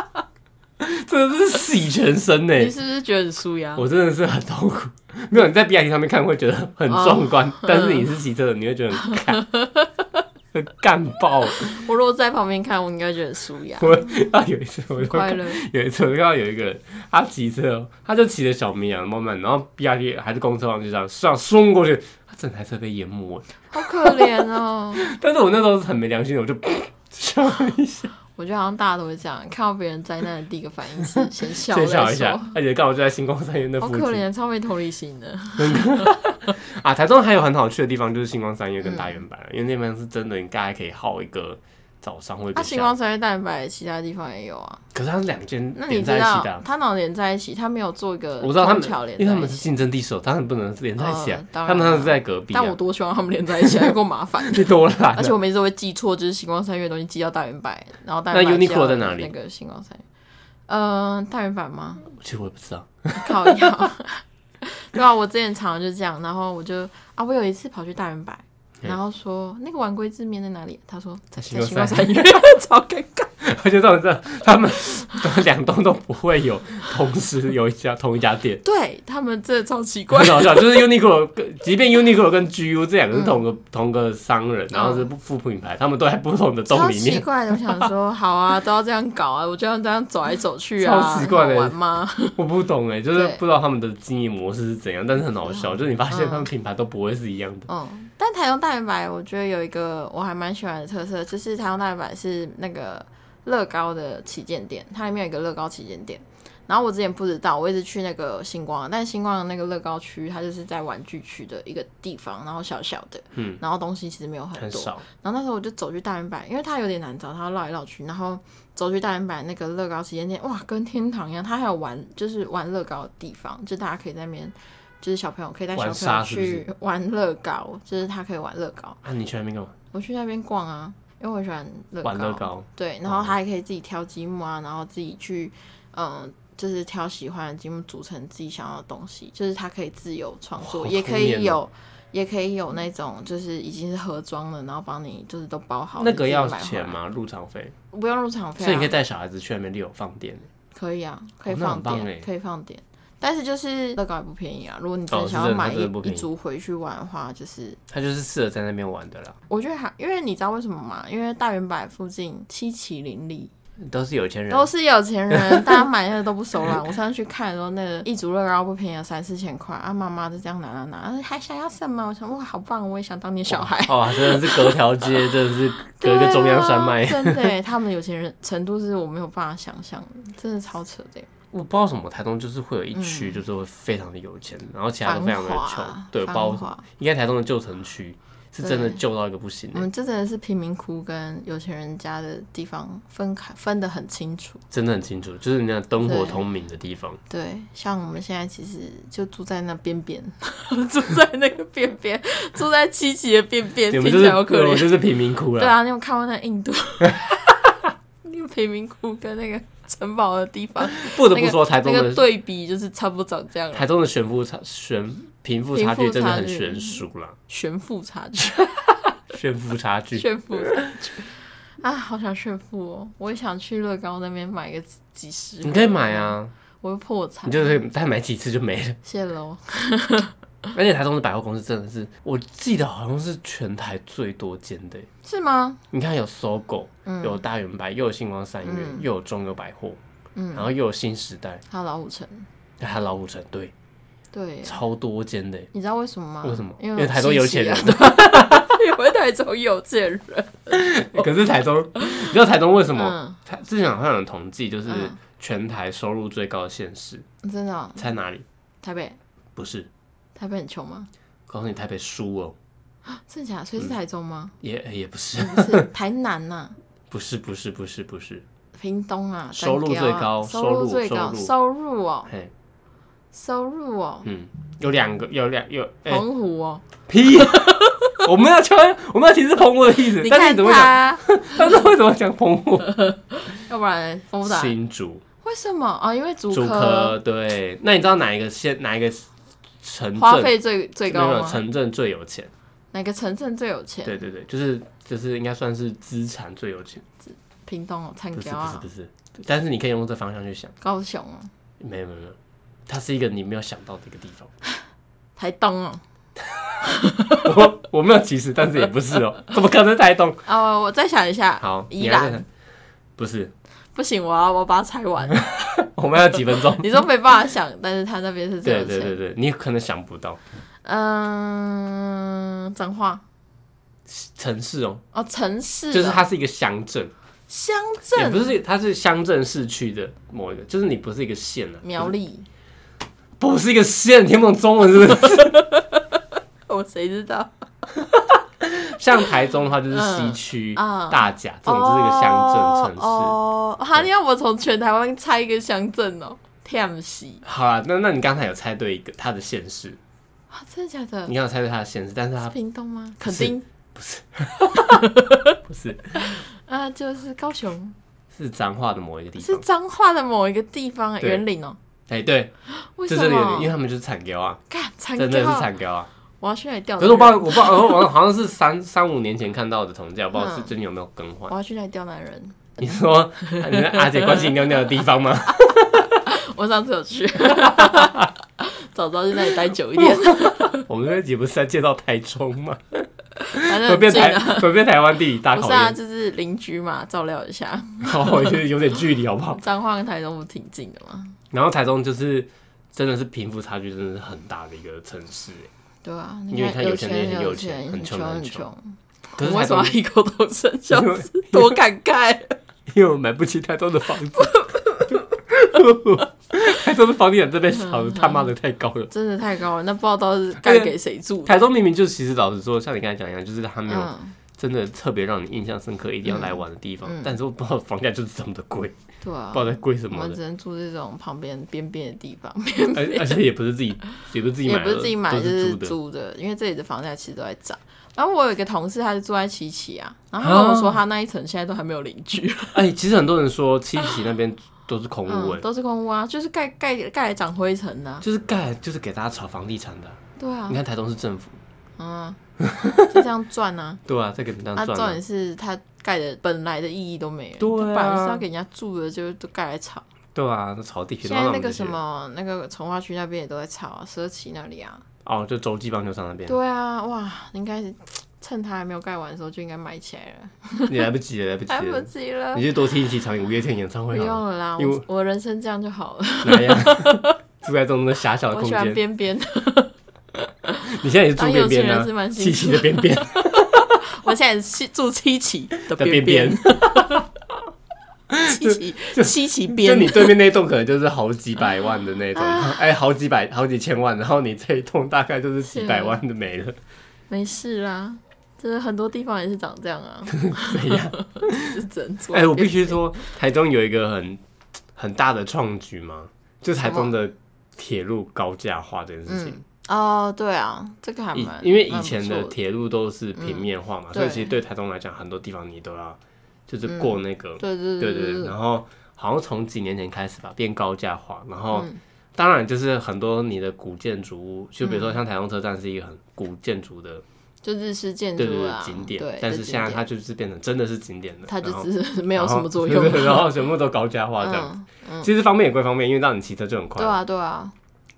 Speaker 1: 真的是洗全身
Speaker 2: (laughs)
Speaker 1: 呢、
Speaker 2: 你是不是觉得很舒压？
Speaker 1: 我真的是很痛苦，没有你在 BRT 上面看会觉得很壮观，
Speaker 2: 嗯
Speaker 1: 但是你是骑车的，你会觉得很干， (laughs) 很干爆。 (laughs)
Speaker 2: 我如果在旁边看，我应该觉得很舒压，
Speaker 1: 我啊有一次我就
Speaker 2: 快乐。
Speaker 1: (laughs) 有一次我就看到有一个人，他骑车，哦他就骑着小绵羊慢慢，然后 B R T 还是公车上去这样上冲过去，他整台车被淹没了。
Speaker 2: 好可怜哦！
Speaker 1: 但是我那时候是很没良心的，
Speaker 2: (laughs)
Speaker 1: 我就笑一 (laughs) 下，
Speaker 2: 我觉得好像大家都会这样，看到别人灾难的第一个反应是先笑
Speaker 1: 先笑
Speaker 2: 再
Speaker 1: 一下
Speaker 2: 说。，
Speaker 1: 而且刚好就在星光三月那
Speaker 2: 好
Speaker 1: 附
Speaker 2: 可
Speaker 1: 近
Speaker 2: 怜，超没同理心的。嗯
Speaker 1: 啊。台中还有很好去的地方就是星光三月跟大圆板，因为那边是真的，你大概可以耗一个早上会
Speaker 2: 它
Speaker 1: 变
Speaker 2: 星
Speaker 1: 下
Speaker 2: 光
Speaker 1: 午，
Speaker 2: 产业蛋白其他地方也有啊。
Speaker 1: 可是它是两间
Speaker 2: 那你
Speaker 1: 连
Speaker 2: 知
Speaker 1: 在一
Speaker 2: 道
Speaker 1: 起的啊、
Speaker 2: 它能连在一起，它没有做一个
Speaker 1: 我知道他们
Speaker 2: 空桥，连
Speaker 1: 因为他
Speaker 2: 在一
Speaker 1: 们是
Speaker 2: 起。
Speaker 1: 竞争对手，当然不能连在一起啊
Speaker 2: 嗯。当然
Speaker 1: 他们那是在隔壁、啊
Speaker 2: 但我，多希望他们连在一起，还够麻
Speaker 1: (laughs)
Speaker 2: 烦。
Speaker 1: 最多了啦。
Speaker 2: 而且我每次都会记错，就是星光三月的东西记到大圆百，然后大圆
Speaker 1: 那
Speaker 2: 百
Speaker 1: Uniqlo
Speaker 2: 寄到
Speaker 1: 在哪里
Speaker 2: 那个星光三月，呃，大圆百吗？
Speaker 1: 其实我也不知道，
Speaker 2: (laughs) 靠腰。对啊，我之前常常就这样，然后我就啊，我有一次跑去大圆百，
Speaker 1: 嗯
Speaker 2: 然后说那个晚归字面在哪里？他说在
Speaker 1: 星
Speaker 2: 在
Speaker 1: 光
Speaker 2: 星光
Speaker 1: 三
Speaker 2: 三月， (laughs) 超尴尬。
Speaker 1: (laughs) 而且这种他们 (laughs) 两栋都不会有同时有一家同一家店。
Speaker 2: 对他们真的超奇 (laughs) 怪
Speaker 1: 很，搞笑，就是 Uniqlo，跟即便 Uniqlo 跟 GU 这两个是同个、
Speaker 2: 嗯
Speaker 1: 同个商人，然后是不副品牌，他们都在不同的 (laughs) 洞
Speaker 2: 超
Speaker 1: 里
Speaker 2: 奇
Speaker 1: 面。
Speaker 2: 怪的。我想说，好啊，都要这样搞啊，我就要这样走来走去啊，
Speaker 1: (laughs) 超奇怪的
Speaker 2: 很好玩吗？
Speaker 1: 我不懂哎，就是
Speaker 2: 对
Speaker 1: 不知道他们的经营模式是怎样，但是很好笑，就是你发现他们品牌都不会是一样的。
Speaker 2: 嗯，但台中大圆白，我觉得有一个我还蛮喜欢的特色，就是台中大圆白是那个乐高的旗舰店，它里面有一个乐高旗舰店。然后我之前不知道，我一直去那个星光，但星光的那个乐高区，它就是在玩具区的一个地方，然后小小的，
Speaker 1: 嗯，
Speaker 2: 然后东西其实没有很
Speaker 1: 很
Speaker 2: 多。
Speaker 1: 少，
Speaker 2: 然后那时候我就走去大圆板，因为它有点难找，它要绕来绕去，然后走去大圆板那个乐高旗舰店，哇，跟天堂一样，它还有玩就是玩乐高的地方，就大家可以在那边，就是小朋友可以带小
Speaker 1: 玩
Speaker 2: 朋友
Speaker 1: 沙是不是
Speaker 2: 去玩乐高，就是他可以玩乐高，
Speaker 1: 啊，你去那边干嘛？
Speaker 2: 我去那边逛啊，因为我喜欢乐高，
Speaker 1: 玩乐高，
Speaker 2: 对，然
Speaker 1: 哦
Speaker 2: 后他还可以自己挑积木啊，然后自己去，嗯。就是挑喜欢的积木组成自己想要的东西，就是他可以自由创作，
Speaker 1: 哇好
Speaker 2: 也可以
Speaker 1: 童年哦
Speaker 2: 有，也可以有那种就是已经是盒装了，然后帮你就是都包好。
Speaker 1: 那个要
Speaker 2: 你自己买回来
Speaker 1: 钱？吗？入场费？
Speaker 2: 不用入场费、啊，
Speaker 1: 所以你可以带小孩子去那边遛放电。
Speaker 2: 可以啊，可以
Speaker 1: 哦那
Speaker 2: 放
Speaker 1: 很棒
Speaker 2: 点，
Speaker 1: 欸
Speaker 2: 可以放点。但是就是乐高也不便宜啊，如果你真
Speaker 1: 哦
Speaker 2: 的
Speaker 1: 是
Speaker 2: 想
Speaker 1: 真
Speaker 2: 要
Speaker 1: 的
Speaker 2: 买
Speaker 1: 它
Speaker 2: 一、
Speaker 1: 真的不
Speaker 2: 一
Speaker 1: 便宜
Speaker 2: 组回去玩的话，就是
Speaker 1: 他就是适合在那边玩的啦，
Speaker 2: 我觉得还因为你知道为什么吗？因为大圆柏附近七旗林立，
Speaker 1: 都是有钱人
Speaker 2: 都，是有钱人，大家买那个都不手
Speaker 1: (laughs)
Speaker 2: 软。我上次去看的时候，那个一组乐高不便宜，三四千块啊，妈妈就这样拿拿拿，啊还想要什么？我想哇，好棒，我也想当你小
Speaker 1: (laughs)
Speaker 2: 孩。
Speaker 1: 哇，哦真的是隔条
Speaker 2: (laughs)
Speaker 1: 街，真的是隔一个中央山脉
Speaker 2: 对。啊真的欸，他们有钱人程度是我没有办法想象的，真的超扯的欸。
Speaker 1: 我不知道为什么，台东就是会有一区就是会非常的有钱，然后其他都
Speaker 2: 繁华，啊
Speaker 1: 非常的穷。对，
Speaker 2: 嗯繁
Speaker 1: 包括什么
Speaker 2: 华
Speaker 1: 应该台东的旧城区是真的
Speaker 2: 对
Speaker 1: 旧到一个不行
Speaker 2: 我
Speaker 1: 的，
Speaker 2: 们这真的是贫民窟跟有钱人家的地方分开分得很清楚。
Speaker 1: 真的很清楚，就是人家灯火
Speaker 2: 对
Speaker 1: 通明的地方。
Speaker 2: 对，像我们现在其实就住在那边边， (laughs) 住在那个边边，住在七级的边边，
Speaker 1: 对，我们
Speaker 2: 听起
Speaker 1: 就是
Speaker 2: 来好可
Speaker 1: 我们
Speaker 2: 怜。
Speaker 1: 就是贫民窟
Speaker 2: 对
Speaker 1: 了。
Speaker 2: 啊，你有看过那个印度那个贫民窟跟那个城堡的地方，
Speaker 1: 不得
Speaker 2: 那
Speaker 1: 不
Speaker 2: 个
Speaker 1: 说，台
Speaker 2: 那
Speaker 1: 东
Speaker 2: 个
Speaker 1: 的
Speaker 2: 对比就是差不多长这样了，
Speaker 1: 台东的悬浮差悬贫富差距真的很
Speaker 2: 贫富差
Speaker 1: 悬
Speaker 2: 距
Speaker 1: 殊啦，
Speaker 2: 悬浮差距，
Speaker 1: 悬浮差距。
Speaker 2: 炫富差距。啊，好想炫富哦！我也想去乐高那边买个几几十。
Speaker 1: 你可以买，啊，
Speaker 2: 我会破产。
Speaker 1: 你就可以再买几次就没了。
Speaker 2: 谢喽。
Speaker 1: 而且台东的百货公司真的是，我记得好像是全台最多间的耶。欸
Speaker 2: 是吗？
Speaker 1: 你看有搜狗，
Speaker 2: 嗯
Speaker 1: 有大圆白，又有星光三月，又有中友百货，
Speaker 2: 嗯
Speaker 1: 然后又有新时代，
Speaker 2: 还有老虎城，
Speaker 1: 还有老虎城，对，
Speaker 2: 对，
Speaker 1: 超多间的耶。欸
Speaker 2: 你知道为什么吗？
Speaker 1: 为什么？
Speaker 2: 因
Speaker 1: 为台中有钱人
Speaker 2: 七，七啊因为台中有钱人。
Speaker 1: 欸可是台中， (laughs) 你知道台中为 (laughs) 什么
Speaker 2: 嗯？
Speaker 1: 台之前好像有统计，就是
Speaker 2: 嗯
Speaker 1: 全台收入最高的县市，
Speaker 2: 真的哦、
Speaker 1: 猜哪里？
Speaker 2: 台北，
Speaker 1: 不是，
Speaker 2: 台北很穷吗？ (gasps)
Speaker 1: 告诉你台北输哦，
Speaker 2: 真假？
Speaker 1: 嗯
Speaker 2: 所以是台中吗？ (laughs)
Speaker 1: 也也不是， (laughs)
Speaker 2: 不是，台南呐、
Speaker 1: 不是，不是，不是，不是，
Speaker 2: 屏东啊，
Speaker 1: 收入
Speaker 2: 彰化啊
Speaker 1: 最高
Speaker 2: 收入最
Speaker 1: 收
Speaker 2: 高，
Speaker 1: 入
Speaker 2: 收入哦，
Speaker 1: 嘿，
Speaker 2: 收入哦，
Speaker 1: 嗯，有两个，有两有，哎，
Speaker 2: 澎湖哦，
Speaker 1: 屁！ (laughs) 我们要敲，我们要歧视澎湖的意思
Speaker 2: 你，
Speaker 1: 但是
Speaker 2: 看
Speaker 1: 你怎么讲？
Speaker 2: 他，
Speaker 1: 但是为什么讲澎湖？
Speaker 2: 要不然丰达
Speaker 1: 新竹。
Speaker 2: 为什么啊、哦？因为竹
Speaker 1: 主科对，那你知道哪一个县哪一个城
Speaker 2: 花
Speaker 1: 镇
Speaker 2: 费最最
Speaker 1: 没有
Speaker 2: 高
Speaker 1: 没有
Speaker 2: 吗？
Speaker 1: 城镇最有钱？
Speaker 2: 哪个城镇最有钱？
Speaker 1: 对对对，就是就是应该算是资产最有钱，
Speaker 2: 屏东哦，参
Speaker 1: 不是
Speaker 2: 加
Speaker 1: 不是
Speaker 2: 啊
Speaker 1: 不，是，但是你可以用这方向去想，
Speaker 2: 高雄哦，
Speaker 1: 没有没有没有，它是一个你没有想到的一个地方。 (laughs)
Speaker 2: 台东哦。
Speaker 1: 我我没有歧视，但是也不是
Speaker 2: (laughs)
Speaker 1: 哦，怎么可能台东？
Speaker 2: 哦，我再想一下。
Speaker 1: 好，
Speaker 2: 宜
Speaker 1: 你还在
Speaker 2: 兰
Speaker 1: 不是，
Speaker 2: 不行，我要我要把它拆
Speaker 1: (laughs)
Speaker 2: 完。？
Speaker 1: 我们还有几分钟
Speaker 2: 你说没办法想，但是他那 (laughs) 边是这
Speaker 1: 对
Speaker 2: 样
Speaker 1: 对
Speaker 2: 写
Speaker 1: 对。对，你可能想不到
Speaker 2: 嗯，彰化
Speaker 1: 城市哦，
Speaker 2: 哦，城市哦
Speaker 1: 就是它是一个乡镇，
Speaker 2: 乡
Speaker 1: 也
Speaker 2: 镇
Speaker 1: 不是它是乡镇市区的某一个，就是你不是一个县啊，
Speaker 2: 苗栗，
Speaker 1: 不是一
Speaker 2: (laughs)
Speaker 1: 个县，你听不懂中文是不是？
Speaker 2: 我谁知道？
Speaker 1: 像台中的话就是西区、大甲这种就是一个乡镇城市。
Speaker 2: 哦，哈，你要我从全台湾猜一个乡镇哦，
Speaker 1: 啊
Speaker 2: 天西
Speaker 1: 好啦，那那你刚才有猜对一个它的县市，
Speaker 2: 啊，真的假的
Speaker 1: 你？刚有猜对它的县市，但是
Speaker 2: 是
Speaker 1: 它
Speaker 2: 屏东吗？
Speaker 1: 不
Speaker 2: 肯
Speaker 1: 是
Speaker 2: 定 (laughs)
Speaker 1: 不是
Speaker 2: 啊，就是高雄，
Speaker 1: 是彰化的某一个地
Speaker 2: 是
Speaker 1: 方。
Speaker 2: 彰化的某一个地方，
Speaker 1: 对
Speaker 2: 园林哦。
Speaker 1: 哎、对，
Speaker 2: 为
Speaker 1: 就
Speaker 2: 什
Speaker 1: 这里有点，因为
Speaker 2: 么？
Speaker 1: 他们就是产牛啊，
Speaker 2: 干，惨
Speaker 1: 真
Speaker 2: 掉
Speaker 1: 的！是产牛啊。
Speaker 2: 我要去那里钓。
Speaker 1: 可是我不知道，我不知道，我好像是三三五年前看到的同价，我不知
Speaker 2: 嗯
Speaker 1: 道是最近有没有更换
Speaker 2: 我。要去那里钓男人。
Speaker 1: 你说 (laughs) 你是阿姐关心尿尿的地方吗？
Speaker 2: 我上次
Speaker 1: (laughs)
Speaker 2: 有去，早知道去那里待久一点，
Speaker 1: 我们这一集不是在介绍台中
Speaker 2: (laughs)
Speaker 1: 吗？
Speaker 2: 反正
Speaker 1: 会
Speaker 2: 很
Speaker 1: 变
Speaker 2: 近
Speaker 1: 台
Speaker 2: 啊。
Speaker 1: 会变台湾地理大
Speaker 2: 不
Speaker 1: 考
Speaker 2: 是啊，
Speaker 1: 验，
Speaker 2: 就是邻居嘛，照料一下。
Speaker 1: (laughs) 好，就是有点距离好不好？
Speaker 2: 彰化跟台中不挺近的吗？
Speaker 1: 然后台中就是真的是贫富差距真的是很大的一个城市，欸
Speaker 2: 对啊，
Speaker 1: 因
Speaker 2: 你
Speaker 1: 为
Speaker 2: 看
Speaker 1: 看有钱
Speaker 2: 钱
Speaker 1: 人很有
Speaker 2: 有
Speaker 1: 钱很
Speaker 2: 很
Speaker 1: 穷很
Speaker 2: 很
Speaker 1: 穷
Speaker 2: 穷。
Speaker 1: 可是
Speaker 2: 我为
Speaker 1: 台
Speaker 2: 什
Speaker 1: 中
Speaker 2: 么要异口同 (laughs) 声笑
Speaker 1: 因为
Speaker 2: 死？多感慨！
Speaker 1: 因为我买不起台中的房子， (laughs) 台中的房地产这边炒的他妈的太高了。
Speaker 2: (laughs) 真的太高了，那不知道到 (laughs) 底是该给谁住的。
Speaker 1: 台中明明就其实老实说，像你刚才讲一样，就是它没有
Speaker 2: 嗯，
Speaker 1: 真的特别让你印象深刻、一定要来玩的地方，
Speaker 2: 嗯嗯
Speaker 1: 但是我不知道房价就是这么的贵，
Speaker 2: 对啊
Speaker 1: 不知，道在贵什
Speaker 2: 我
Speaker 1: 么
Speaker 2: 们只
Speaker 1: 的，
Speaker 2: 能住这种旁边边边的地方，
Speaker 1: 而而且也不是自己，也不是自己
Speaker 2: (laughs) 也
Speaker 1: 买的，
Speaker 2: 不是自己买，
Speaker 1: 都
Speaker 2: 就是是
Speaker 1: 租的。
Speaker 2: 租的，因为这里的房价其实都在涨。然后我有一个同事，他是住在七期啊，然后他跟我说他那一层现在都还没有邻居，
Speaker 1: 哎、其实很多人说七期那边都是 (laughs) 空屋、哎、
Speaker 2: 啊
Speaker 1: 哎
Speaker 2: 嗯，都是空屋啊，就是盖盖盖来长灰尘的啊、
Speaker 1: 就是盖就是给大家炒房地产的。
Speaker 2: 对啊
Speaker 1: 你，看台中是政府，
Speaker 2: 嗯，就这样赚啊，
Speaker 1: 对啊，在给你当
Speaker 2: 啊，
Speaker 1: 赚
Speaker 2: 重
Speaker 1: 啊、
Speaker 2: 点是他盖的本来的意义都没了，
Speaker 1: 对啊
Speaker 2: 他本来是要给人家住的，就都盖来炒。
Speaker 1: 对啊，那炒地皮
Speaker 2: 现
Speaker 1: 都让
Speaker 2: 在
Speaker 1: 我们
Speaker 2: 那个
Speaker 1: 这些
Speaker 2: 什么那个从化区那边也都在炒啊，十二期那里啊，
Speaker 1: 哦，就洲际棒球场那边，
Speaker 2: 对啊，哇，应该是趁他还没有盖完的时候就应该买
Speaker 1: (laughs)
Speaker 2: 起来了，
Speaker 1: 你来不及了，来不及
Speaker 2: 来不
Speaker 1: 了，
Speaker 2: 及了
Speaker 1: 你。就多听几场五月天演唱
Speaker 2: 不
Speaker 1: 会
Speaker 2: 用
Speaker 1: 好了，
Speaker 2: 了啦，
Speaker 1: 因为
Speaker 2: 我我人生这样就好了。
Speaker 1: 哪样？住在这种的狭小的
Speaker 2: 我
Speaker 1: 空
Speaker 2: 喜欢
Speaker 1: 间，
Speaker 2: 边边， (laughs)
Speaker 1: 你现在也是住
Speaker 2: 当
Speaker 1: 边
Speaker 2: 有钱
Speaker 1: 边
Speaker 2: 人
Speaker 1: 呢
Speaker 2: 是，蛮
Speaker 1: 七
Speaker 2: 幸
Speaker 1: 期
Speaker 2: 福。
Speaker 1: 的边
Speaker 2: (laughs)
Speaker 1: 边。
Speaker 2: 我现在是住七期的
Speaker 1: 的
Speaker 2: 边
Speaker 1: 边，
Speaker 2: (laughs) 七期七期
Speaker 1: (laughs) 就
Speaker 2: 边
Speaker 1: 你对面那一栋可能就是好几百万的
Speaker 2: (laughs)
Speaker 1: 那种，哎，好几百、好几千万，然后你这一栋大概就是几百万的没了，
Speaker 2: 没事啦，就是很多地方也是长这样
Speaker 1: (laughs)
Speaker 2: 啊，
Speaker 1: 怎样？
Speaker 2: (laughs) 就是只能住。
Speaker 1: 哎，我必须说，台中有一个很很大的创举嘛，就是台中的铁路高架化这件事情。
Speaker 2: 嗯哦，对啊，这个还
Speaker 1: 嗯以
Speaker 2: 蛮
Speaker 1: 因为以前
Speaker 2: 蛮
Speaker 1: 的
Speaker 2: 不错
Speaker 1: 铁路都是平面化嘛，
Speaker 2: 嗯
Speaker 1: 所以
Speaker 2: 对
Speaker 1: 其实对台中来讲，很多地方你都要就是过那个，
Speaker 2: 对对
Speaker 1: 对对
Speaker 2: 对
Speaker 1: 对。
Speaker 2: 对，
Speaker 1: 然后好像从几年前开始吧，变高价化，然后
Speaker 2: 嗯
Speaker 1: 当然就是很多你的古建筑物，就比如
Speaker 2: 嗯
Speaker 1: 说像台中车站是一个很古建筑的，
Speaker 2: 就日式建
Speaker 1: 对对
Speaker 2: 筑
Speaker 1: 对
Speaker 2: 啊，
Speaker 1: 景点
Speaker 2: 对，，
Speaker 1: 但
Speaker 2: 就是景
Speaker 1: 现在它
Speaker 2: 点
Speaker 1: 就是变成真的是景点了，
Speaker 2: 它就
Speaker 1: 然后
Speaker 2: 只是没有
Speaker 1: 然后
Speaker 2: 什么作
Speaker 1: (laughs)
Speaker 2: 用
Speaker 1: 对。对对然后全部都高价化这样。
Speaker 2: 嗯，
Speaker 1: 其实方便也归方便，因为让你骑车就很快
Speaker 2: 对。啊对啊，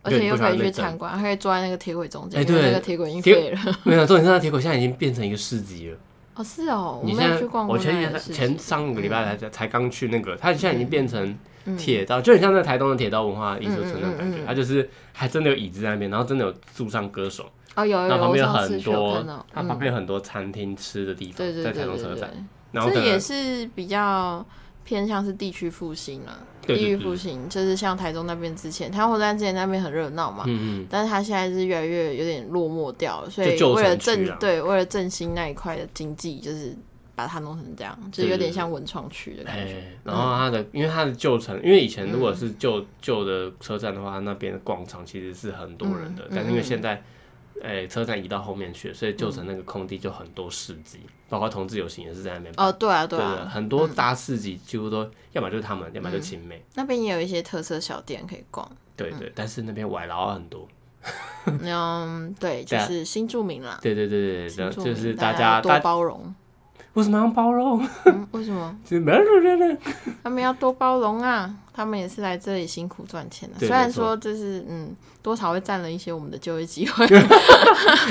Speaker 2: 而
Speaker 1: 对
Speaker 2: 且
Speaker 1: 你
Speaker 2: 又
Speaker 1: 不喜
Speaker 2: 可
Speaker 1: 欢
Speaker 2: 以
Speaker 1: 内
Speaker 2: 去
Speaker 1: 政
Speaker 2: 参观，还可以坐在那个铁轨中间，
Speaker 1: 哎
Speaker 2: 因为
Speaker 1: 对
Speaker 2: 那个铁轨已经
Speaker 1: 铁
Speaker 2: 废了。
Speaker 1: 没有重点是，那铁轨现在已经变成一个市集了。
Speaker 2: 哦，是哦，我
Speaker 1: 你
Speaker 2: 没
Speaker 1: 现
Speaker 2: 有
Speaker 1: 在
Speaker 2: 去逛过
Speaker 1: 我前
Speaker 2: 那
Speaker 1: 几
Speaker 2: 里的
Speaker 1: 天
Speaker 2: 市
Speaker 1: 前
Speaker 2: 集。
Speaker 1: 上个礼拜才才刚去那个，它现在已经变成
Speaker 2: 嗯
Speaker 1: 铁道，就很像在台东的铁道文化艺术村那种
Speaker 2: 嗯嗯
Speaker 1: 感
Speaker 2: 嗯
Speaker 1: 觉。
Speaker 2: 嗯
Speaker 1: 它就是还真的有椅子在那边，然后真的有驻唱歌手，
Speaker 2: 哦，有有
Speaker 1: 然后
Speaker 2: 有，
Speaker 1: 旁
Speaker 2: 我
Speaker 1: 边有
Speaker 2: 上次
Speaker 1: 很
Speaker 2: 去有
Speaker 1: 多
Speaker 2: 看到，，嗯
Speaker 1: 它旁边有很多餐厅吃的地方
Speaker 2: 对，对
Speaker 1: 在
Speaker 2: 对
Speaker 1: 台
Speaker 2: 对
Speaker 1: 中
Speaker 2: 对
Speaker 1: 车
Speaker 2: 对
Speaker 1: 站。，然后可
Speaker 2: 这也
Speaker 1: 能嗯
Speaker 2: 是比较偏向是地区复兴了，
Speaker 1: 对
Speaker 2: 地
Speaker 1: 对
Speaker 2: 域
Speaker 1: 对
Speaker 2: 复兴就是像台中那边之前，台中火车站之前那边很热闹嘛，
Speaker 1: 嗯
Speaker 2: 但是它现在是越来越有点落寞掉了，所
Speaker 1: 就
Speaker 2: 以
Speaker 1: 旧
Speaker 2: 为了
Speaker 1: 城区啊
Speaker 2: 振
Speaker 1: 啦
Speaker 2: 对为了振兴那一块的经济，就是把它弄成这样，就
Speaker 1: 对
Speaker 2: 有
Speaker 1: 对
Speaker 2: 点
Speaker 1: 对
Speaker 2: 像文创区的
Speaker 1: 嗯，
Speaker 2: 感觉。
Speaker 1: 哎，然后它的因为它的旧城，因为以前如果
Speaker 2: 嗯
Speaker 1: 是旧旧的车站的话，它那边的广场其实是很多人的
Speaker 2: 嗯，
Speaker 1: 但是因为
Speaker 2: 嗯嗯
Speaker 1: 现在。哎，车站移到后面去，所以旧城那个空地就很多市集，包括同志游行也是在那边
Speaker 2: 哦，对啊，嗯
Speaker 1: 对的，
Speaker 2: 啊，
Speaker 1: 很多大市集几乎都，要么就是他们，要么就青梅。
Speaker 2: 那边也有一些特色小店可以
Speaker 1: (laughs)
Speaker 2: 逛。
Speaker 1: 对对，但是那边外劳很多。
Speaker 2: 嗯，对，就
Speaker 1: 对啊
Speaker 2: 是新住民啦，
Speaker 1: 对对对对
Speaker 2: 新
Speaker 1: 对，
Speaker 2: 住
Speaker 1: 就
Speaker 2: 民
Speaker 1: 是
Speaker 2: 大
Speaker 1: 家
Speaker 2: 要多
Speaker 1: 大 (laughs)
Speaker 2: 包容。
Speaker 1: 为什么要包容？ (laughs)
Speaker 2: 嗯，为什么？
Speaker 1: 就是 (laughs) 没有人呢。
Speaker 2: 他们要多包容啊！他们也是来这里辛苦赚钱的，
Speaker 1: 对
Speaker 2: 虽然
Speaker 1: 没错
Speaker 2: 说就是嗯，多少会占了一些我们的就业机会，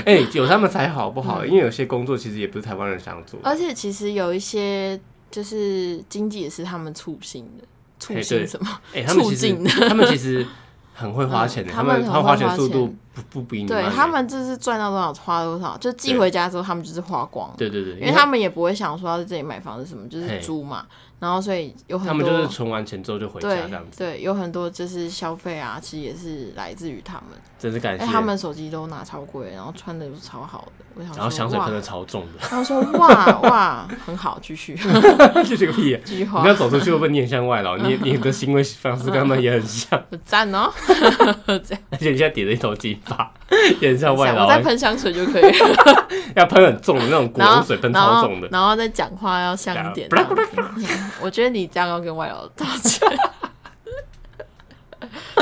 Speaker 1: 哎，有他们才好不
Speaker 2: 嗯
Speaker 1: 好？因为有些工作其实也不是台湾人想做。
Speaker 2: 而且其实有一些就是经济也是他们促进的，促
Speaker 1: 嘿对
Speaker 2: 进什么？
Speaker 1: 哎，他们其实
Speaker 2: 促
Speaker 1: 他们其实很会花钱的，
Speaker 2: 嗯
Speaker 1: 他
Speaker 2: 他
Speaker 1: 们
Speaker 2: 们很
Speaker 1: 他们
Speaker 2: 会
Speaker 1: 花钱
Speaker 2: 花
Speaker 1: 速度
Speaker 2: 钱
Speaker 1: 不不比你慢欸
Speaker 2: 对
Speaker 1: 的。
Speaker 2: 他们就是赚到多少花多少，就寄
Speaker 1: 对
Speaker 2: 回家之后他们就是花光，
Speaker 1: 对对对，
Speaker 2: 因为他们也不会想说要在这里买房子什么，就
Speaker 1: 嘿
Speaker 2: 是租嘛，然后所以有很
Speaker 1: 他
Speaker 2: 多
Speaker 1: 们就是存完钱之后就回家
Speaker 2: 对
Speaker 1: 这样子，
Speaker 2: 对，有很多就是消费啊，其实也是来自于他们。
Speaker 1: 真是感谢。
Speaker 2: 哎、他们手机都拿超贵，然后穿的都超好的。我想
Speaker 1: 然后
Speaker 2: 说
Speaker 1: 香水
Speaker 2: 哇
Speaker 1: 喷的超重
Speaker 2: (laughs)
Speaker 1: 的，
Speaker 2: 他说哇哇很好，
Speaker 1: (laughs)
Speaker 2: 继续
Speaker 1: 就这个
Speaker 2: (laughs)
Speaker 1: 屁、
Speaker 2: 继续花
Speaker 1: 你要，走出去会被念向外劳，你你的行为方式跟他们也很像，
Speaker 2: 很赞哦。这样
Speaker 1: 而且你现在点了一头金发，也很像外
Speaker 2: 想我
Speaker 1: 劳、啊欸
Speaker 2: 再喷香水就可以了，
Speaker 1: 要喷很重的那种古
Speaker 2: 然
Speaker 1: 龙
Speaker 2: 后
Speaker 1: 水，喷
Speaker 2: 然
Speaker 1: 超
Speaker 2: 后
Speaker 1: 重的。
Speaker 2: 然后再讲话要像一点。这样子 (laughs) 我觉得你这样要跟外劳道歉，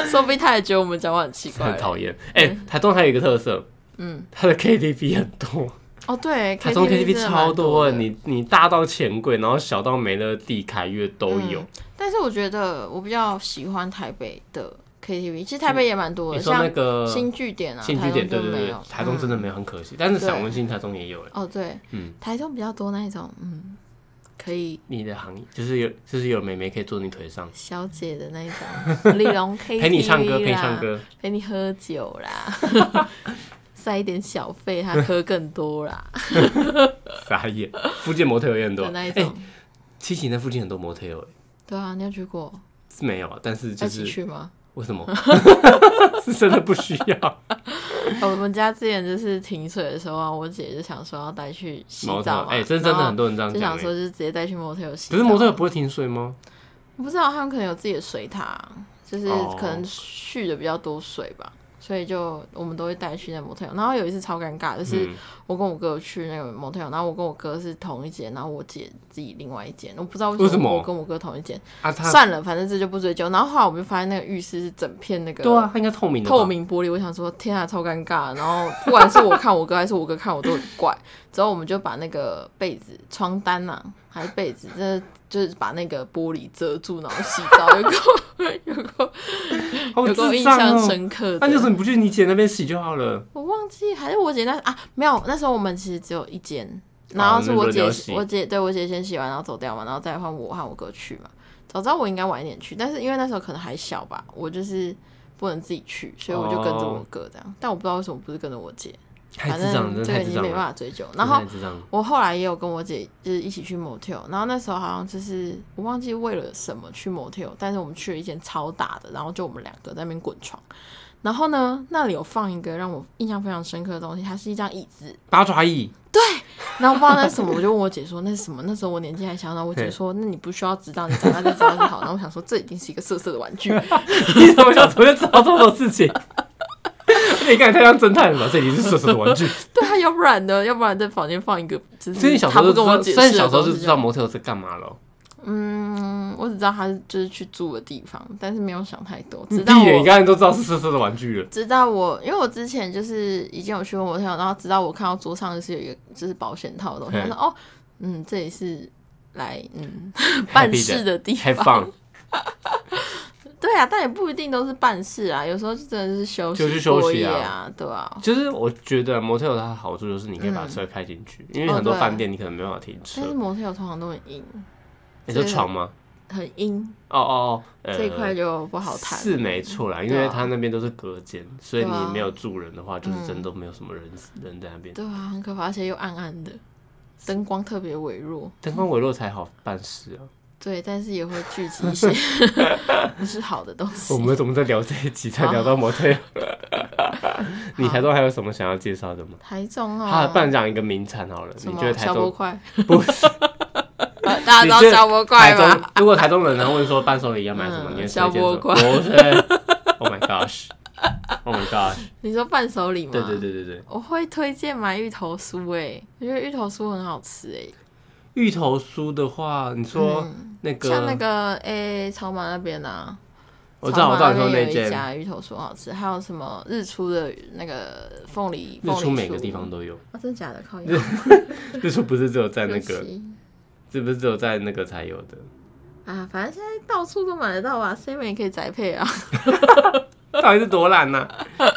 Speaker 2: 说不定他也觉得我们讲话很奇怪
Speaker 1: 很。讨厌。哎、
Speaker 2: 嗯
Speaker 1: 台中还有一个特色，嗯，它的 KTV 很多，
Speaker 2: 哦，对，
Speaker 1: 台中
Speaker 2: KTV 真
Speaker 1: KTV
Speaker 2: 的
Speaker 1: 超
Speaker 2: 蛮多的。
Speaker 1: 你你大到钱柜，然后小到美乐蒂、凯悦都
Speaker 2: 嗯
Speaker 1: 有。
Speaker 2: 但是我觉得我比较喜欢台北的 KTV，其实台北也蛮多
Speaker 1: 你
Speaker 2: 的，
Speaker 1: 说那
Speaker 2: 像
Speaker 1: 个
Speaker 2: 新据点啊，
Speaker 1: 新
Speaker 2: 台
Speaker 1: 据点，
Speaker 2: 中就
Speaker 1: 对对
Speaker 2: 没
Speaker 1: 对
Speaker 2: 有，，
Speaker 1: 台中真的
Speaker 2: 嗯
Speaker 1: 没有很可惜，但是
Speaker 2: 对
Speaker 1: 散文性台中也有。哎，
Speaker 2: 哦，对，
Speaker 1: 嗯，
Speaker 2: 台中比较多那一种，嗯，可以
Speaker 1: 你的行业就是有就是有妹妹可以坐你腿上，
Speaker 2: 小姐的那
Speaker 1: (laughs)
Speaker 2: 一种李龙 KTV
Speaker 1: 陪你唱歌，
Speaker 2: 啦
Speaker 1: 陪你唱，歌。
Speaker 2: 陪你喝酒啦，塞一点小费，他喝更多啦
Speaker 1: (laughs) 傻眼，附近模特儿也很多
Speaker 2: 的。那一
Speaker 1: 哎
Speaker 2: 种。
Speaker 1: 七期那附近很多模特儿，哎
Speaker 2: 对啊，你有去过？
Speaker 1: 是没有啊，但是
Speaker 2: 要
Speaker 1: 就
Speaker 2: 一起
Speaker 1: 是
Speaker 2: 去吗？
Speaker 1: 为
Speaker 2: (laughs)
Speaker 1: 什么？ (laughs) 是真的不需要。
Speaker 2: 哦我们家之前就是停水的时候啊，我姐就想说要带去 (laughs) 洗
Speaker 1: 模特儿
Speaker 2: 澡，嘛，
Speaker 1: 哎，真真的很多
Speaker 2: 多。
Speaker 1: 人这样
Speaker 2: 就
Speaker 1: 讲
Speaker 2: 想
Speaker 1: 哎。
Speaker 2: 说，就是直接带去 motel 洗澡。
Speaker 1: 可是模特儿不会停水吗？
Speaker 2: 我不知道他们可能有自己的水塔，就是
Speaker 1: 哦
Speaker 2: 可能蓄的比较多水吧，所以就我们都会带去那 motel。然后有一次超尴尬，就是
Speaker 1: 嗯
Speaker 2: 我跟我哥去那个 motel，然后我跟我哥是同一间，然后我姐自己另外一间，我不知道为
Speaker 1: 为什
Speaker 2: 什
Speaker 1: 么
Speaker 2: 么我跟我哥同一间。
Speaker 1: 啊，它
Speaker 2: 算了，反正这就不追究。然后后来我们就发现那个浴室是整片那个
Speaker 1: 对啊，它应该透明的吧，
Speaker 2: 透明玻璃，我想说天啊，超尴尬。然后不管是我看我哥还是我哥看我都很怪。之后我们就把那个被子、床单呐、还是被子，就是就是把那个玻璃遮住，然后洗澡，有个有个
Speaker 1: (laughs) 好
Speaker 2: 有个
Speaker 1: 智
Speaker 2: 印
Speaker 1: 障
Speaker 2: 象
Speaker 1: 哦。
Speaker 2: 深刻
Speaker 1: 那就是
Speaker 2: 的。
Speaker 1: 你不去你姐那边洗就好了。
Speaker 2: 我忘记还是我姐那啊没有，那时候我们其实只有一间，然后是
Speaker 1: 哦那
Speaker 2: 我
Speaker 1: 轮
Speaker 2: 姐、
Speaker 1: 流洗
Speaker 2: 我姐对我姐先洗完，然后走掉嘛，然后再换我和我哥去嘛。早知道我应该晚一点去，但是因为那时候可能还小吧，我就是不能自己去，所以我就跟着我哥这样。但我不知道为什么不是跟着我姐，
Speaker 1: 太
Speaker 2: 反
Speaker 1: 哦哎智障，了，
Speaker 2: 正
Speaker 1: 真的
Speaker 2: 这个
Speaker 1: 太
Speaker 2: 已
Speaker 1: 智
Speaker 2: 经
Speaker 1: 障
Speaker 2: 没
Speaker 1: 了，
Speaker 2: 办法追究。
Speaker 1: 真的
Speaker 2: 然后
Speaker 1: 太智障了。
Speaker 2: 我后来也有跟我姐就是一起去 motel，然后那时候好像就是我忘记为了什么去 motel，但是我们去了一间超大的，然后就我们两个在那边滚床。然后呢，那里有放一个让我印象非常深刻的东西，它是一张椅子。
Speaker 1: 八爪椅，
Speaker 2: 然后不知道那是什么，我就问我姐说那是什么？那时候我年纪还小，然后我姐说那你不需要知道，你长大就知道就好。然后我想说这一定是一个色色的玩具，
Speaker 1: (laughs)
Speaker 2: (laughs)
Speaker 1: 你怎么想昨天知道这么多事情？ (laughs) 你看太像侦探了吧？这里是射手的玩
Speaker 2: (laughs)
Speaker 1: 具，
Speaker 2: 对啊，要不然呢？要不然在房间放一个，就是
Speaker 1: 所以你小时
Speaker 2: 嗯他
Speaker 1: 候
Speaker 2: 不
Speaker 1: 就
Speaker 2: 跟
Speaker 1: 知
Speaker 2: 我
Speaker 1: 道，
Speaker 2: 解释
Speaker 1: 所以
Speaker 2: 的
Speaker 1: 你小时候
Speaker 2: 东
Speaker 1: 就
Speaker 2: 西
Speaker 1: 知道模特是干嘛了。
Speaker 2: 嗯，我只知道他是就是去住的地方，但是没有想太多。
Speaker 1: 你
Speaker 2: 直到
Speaker 1: 第一眼应
Speaker 2: 嗯我
Speaker 1: 该都知道是色色的玩具了。
Speaker 2: 直到我，因为我之前就是已经有去过模特，然后直到我看到桌上就是有一个就是保险套的东西，
Speaker 1: 嘿
Speaker 2: 我说哦，嗯，这里是来嗯 (laughs) 办
Speaker 1: (laughs)
Speaker 2: 事的地
Speaker 1: 开
Speaker 2: 方。
Speaker 1: 放
Speaker 2: (laughs) 对啊，但也不一定都是办事啊，有时候就真的是休息
Speaker 1: 就是休息啊
Speaker 2: 过夜啊，对啊。
Speaker 1: 就是我觉得模特有它的好处就是你可以把车开进去，因为
Speaker 2: 哦
Speaker 1: 很多
Speaker 2: 对
Speaker 1: 饭店你可能没办法停车
Speaker 2: 但是。模特通常都很阴，
Speaker 1: 你说
Speaker 2: 这个
Speaker 1: 床吗？
Speaker 2: 很阴，
Speaker 1: 哦哦，哦呃
Speaker 2: 这一块就不好谈。
Speaker 1: 是没错啦，因
Speaker 2: 对
Speaker 1: 为
Speaker 2: 啊
Speaker 1: 他那边都是隔间，所以
Speaker 2: 对啊
Speaker 1: 你没有住人的话，就是真的没有什么人、人在那边，
Speaker 2: 对啊，很可怕，而且又暗暗的，灯光特别微弱。
Speaker 1: 灯光微弱才好办事啊。
Speaker 2: 对，但是也会聚集一些 (laughs) 不是好的东西。
Speaker 1: 我们怎么在聊这一集，才聊到模特？
Speaker 2: (laughs)
Speaker 1: 你台中还有什么想要介绍的吗？
Speaker 2: 台中哦，
Speaker 1: 好，不然讲一个名产好了，
Speaker 2: 什
Speaker 1: 你
Speaker 2: 么
Speaker 1: 觉得台
Speaker 2: 小波
Speaker 1: 中
Speaker 2: 块？
Speaker 1: (laughs) 不是
Speaker 2: (laughs) 呃大家知道
Speaker 1: 你觉得
Speaker 2: 小波块
Speaker 1: 台
Speaker 2: 吗？
Speaker 1: 中？如果台中人然后问说伴手礼要买什么，
Speaker 2: 嗯
Speaker 1: 你会推荐
Speaker 2: 小
Speaker 1: 什么？
Speaker 2: 波瓜
Speaker 1: 不是 Oh my gosh，Oh my
Speaker 2: (laughs)
Speaker 1: gosh，
Speaker 2: 你说伴手礼吗？
Speaker 1: 对对，对对对，
Speaker 2: 我会推荐买芋头酥诶，我觉得芋头酥很好吃欸诶，
Speaker 1: 芋头酥的话，你说那个
Speaker 2: 嗯像那个诶草马那边啊，
Speaker 1: 我知道我知道
Speaker 2: 草
Speaker 1: 你说
Speaker 2: 马那
Speaker 1: 那
Speaker 2: 边有一
Speaker 1: 间，
Speaker 2: 家芋头酥很好吃，还有什么日出的那个凤梨，
Speaker 1: 日
Speaker 2: 凤梨
Speaker 1: 出每个
Speaker 2: 酥
Speaker 1: 地方都有。
Speaker 2: 啊，真的假的？靠， (laughs)
Speaker 1: 日出不是只有在那
Speaker 2: 对不
Speaker 1: 个，
Speaker 2: 起
Speaker 1: 是不是只有在那个才有的？
Speaker 2: 啊，反正现在到处都买得到啊，seven 也可以宅配啊。
Speaker 1: 到底是多烂呢、啊
Speaker 2: (laughs)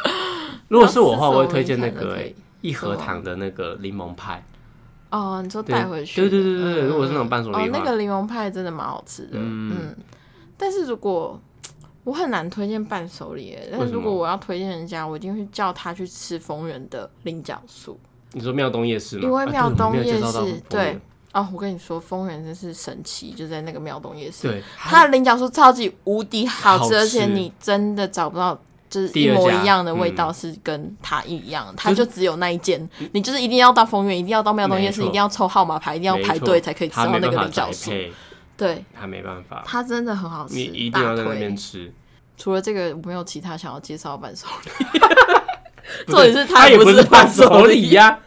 Speaker 1: 如果是我的话，
Speaker 2: 然
Speaker 1: 我
Speaker 2: 后
Speaker 1: 会推荐那
Speaker 2: 吃什么
Speaker 1: 个、
Speaker 2: 可以
Speaker 1: 欸、一盒糖的那个柠檬派，
Speaker 2: 哦，你说
Speaker 1: 对
Speaker 2: 带回去的？
Speaker 1: 对对对对对
Speaker 2: 嗯
Speaker 1: 如果是那种伴手礼的话
Speaker 2: 哦，那个柠檬派真的蛮好吃的。
Speaker 1: 嗯
Speaker 2: 嗯但是如果我很难推荐伴手礼耶，但
Speaker 1: 为
Speaker 2: 是
Speaker 1: 什
Speaker 2: 如
Speaker 1: 么
Speaker 2: 果我要推荐人家，我一定会叫他去吃丰原的菱角酥。
Speaker 1: 你说妙东夜市吗？
Speaker 2: 因为
Speaker 1: 啊对
Speaker 2: 庙
Speaker 1: 我们
Speaker 2: 东
Speaker 1: 没有介
Speaker 2: 夜
Speaker 1: 绍到
Speaker 2: 市
Speaker 1: 丰原
Speaker 2: 对啊，我跟你说，丰原真是神奇，就在那个庙东夜市，
Speaker 1: 对，
Speaker 2: 它的菱角酥超级无敌好
Speaker 1: 好
Speaker 2: 吃，
Speaker 1: 吃
Speaker 2: 而且你真的找不到。就是
Speaker 1: 第
Speaker 2: 一
Speaker 1: 二
Speaker 2: 模
Speaker 1: 家
Speaker 2: 一样的味
Speaker 1: 嗯
Speaker 2: 道是跟它一样，它就只有那一间，你就是一定要到丰原，一定要到庙东夜市，
Speaker 1: 没错
Speaker 2: 一定要抽号码牌，一定要
Speaker 1: 没
Speaker 2: 排
Speaker 1: 错
Speaker 2: 队才可以吃
Speaker 1: 他
Speaker 2: 到
Speaker 1: 没
Speaker 2: 那
Speaker 1: 办
Speaker 2: 个
Speaker 1: 法
Speaker 2: 菱角
Speaker 1: 宅
Speaker 2: 酥。
Speaker 1: 配，
Speaker 2: 对，
Speaker 1: 他没办法，
Speaker 2: 它真的很好吃，
Speaker 1: 你一定
Speaker 2: 大
Speaker 1: 要在那
Speaker 2: 推
Speaker 1: 边吃。
Speaker 2: 除了这个，我没有其他想要介绍的伴手礼。
Speaker 1: 不
Speaker 2: 重点是它
Speaker 1: 也
Speaker 2: 也不
Speaker 1: 是
Speaker 2: 是
Speaker 1: 伴
Speaker 2: 伴
Speaker 1: 手
Speaker 2: 手
Speaker 1: 礼
Speaker 2: 礼
Speaker 1: 呀，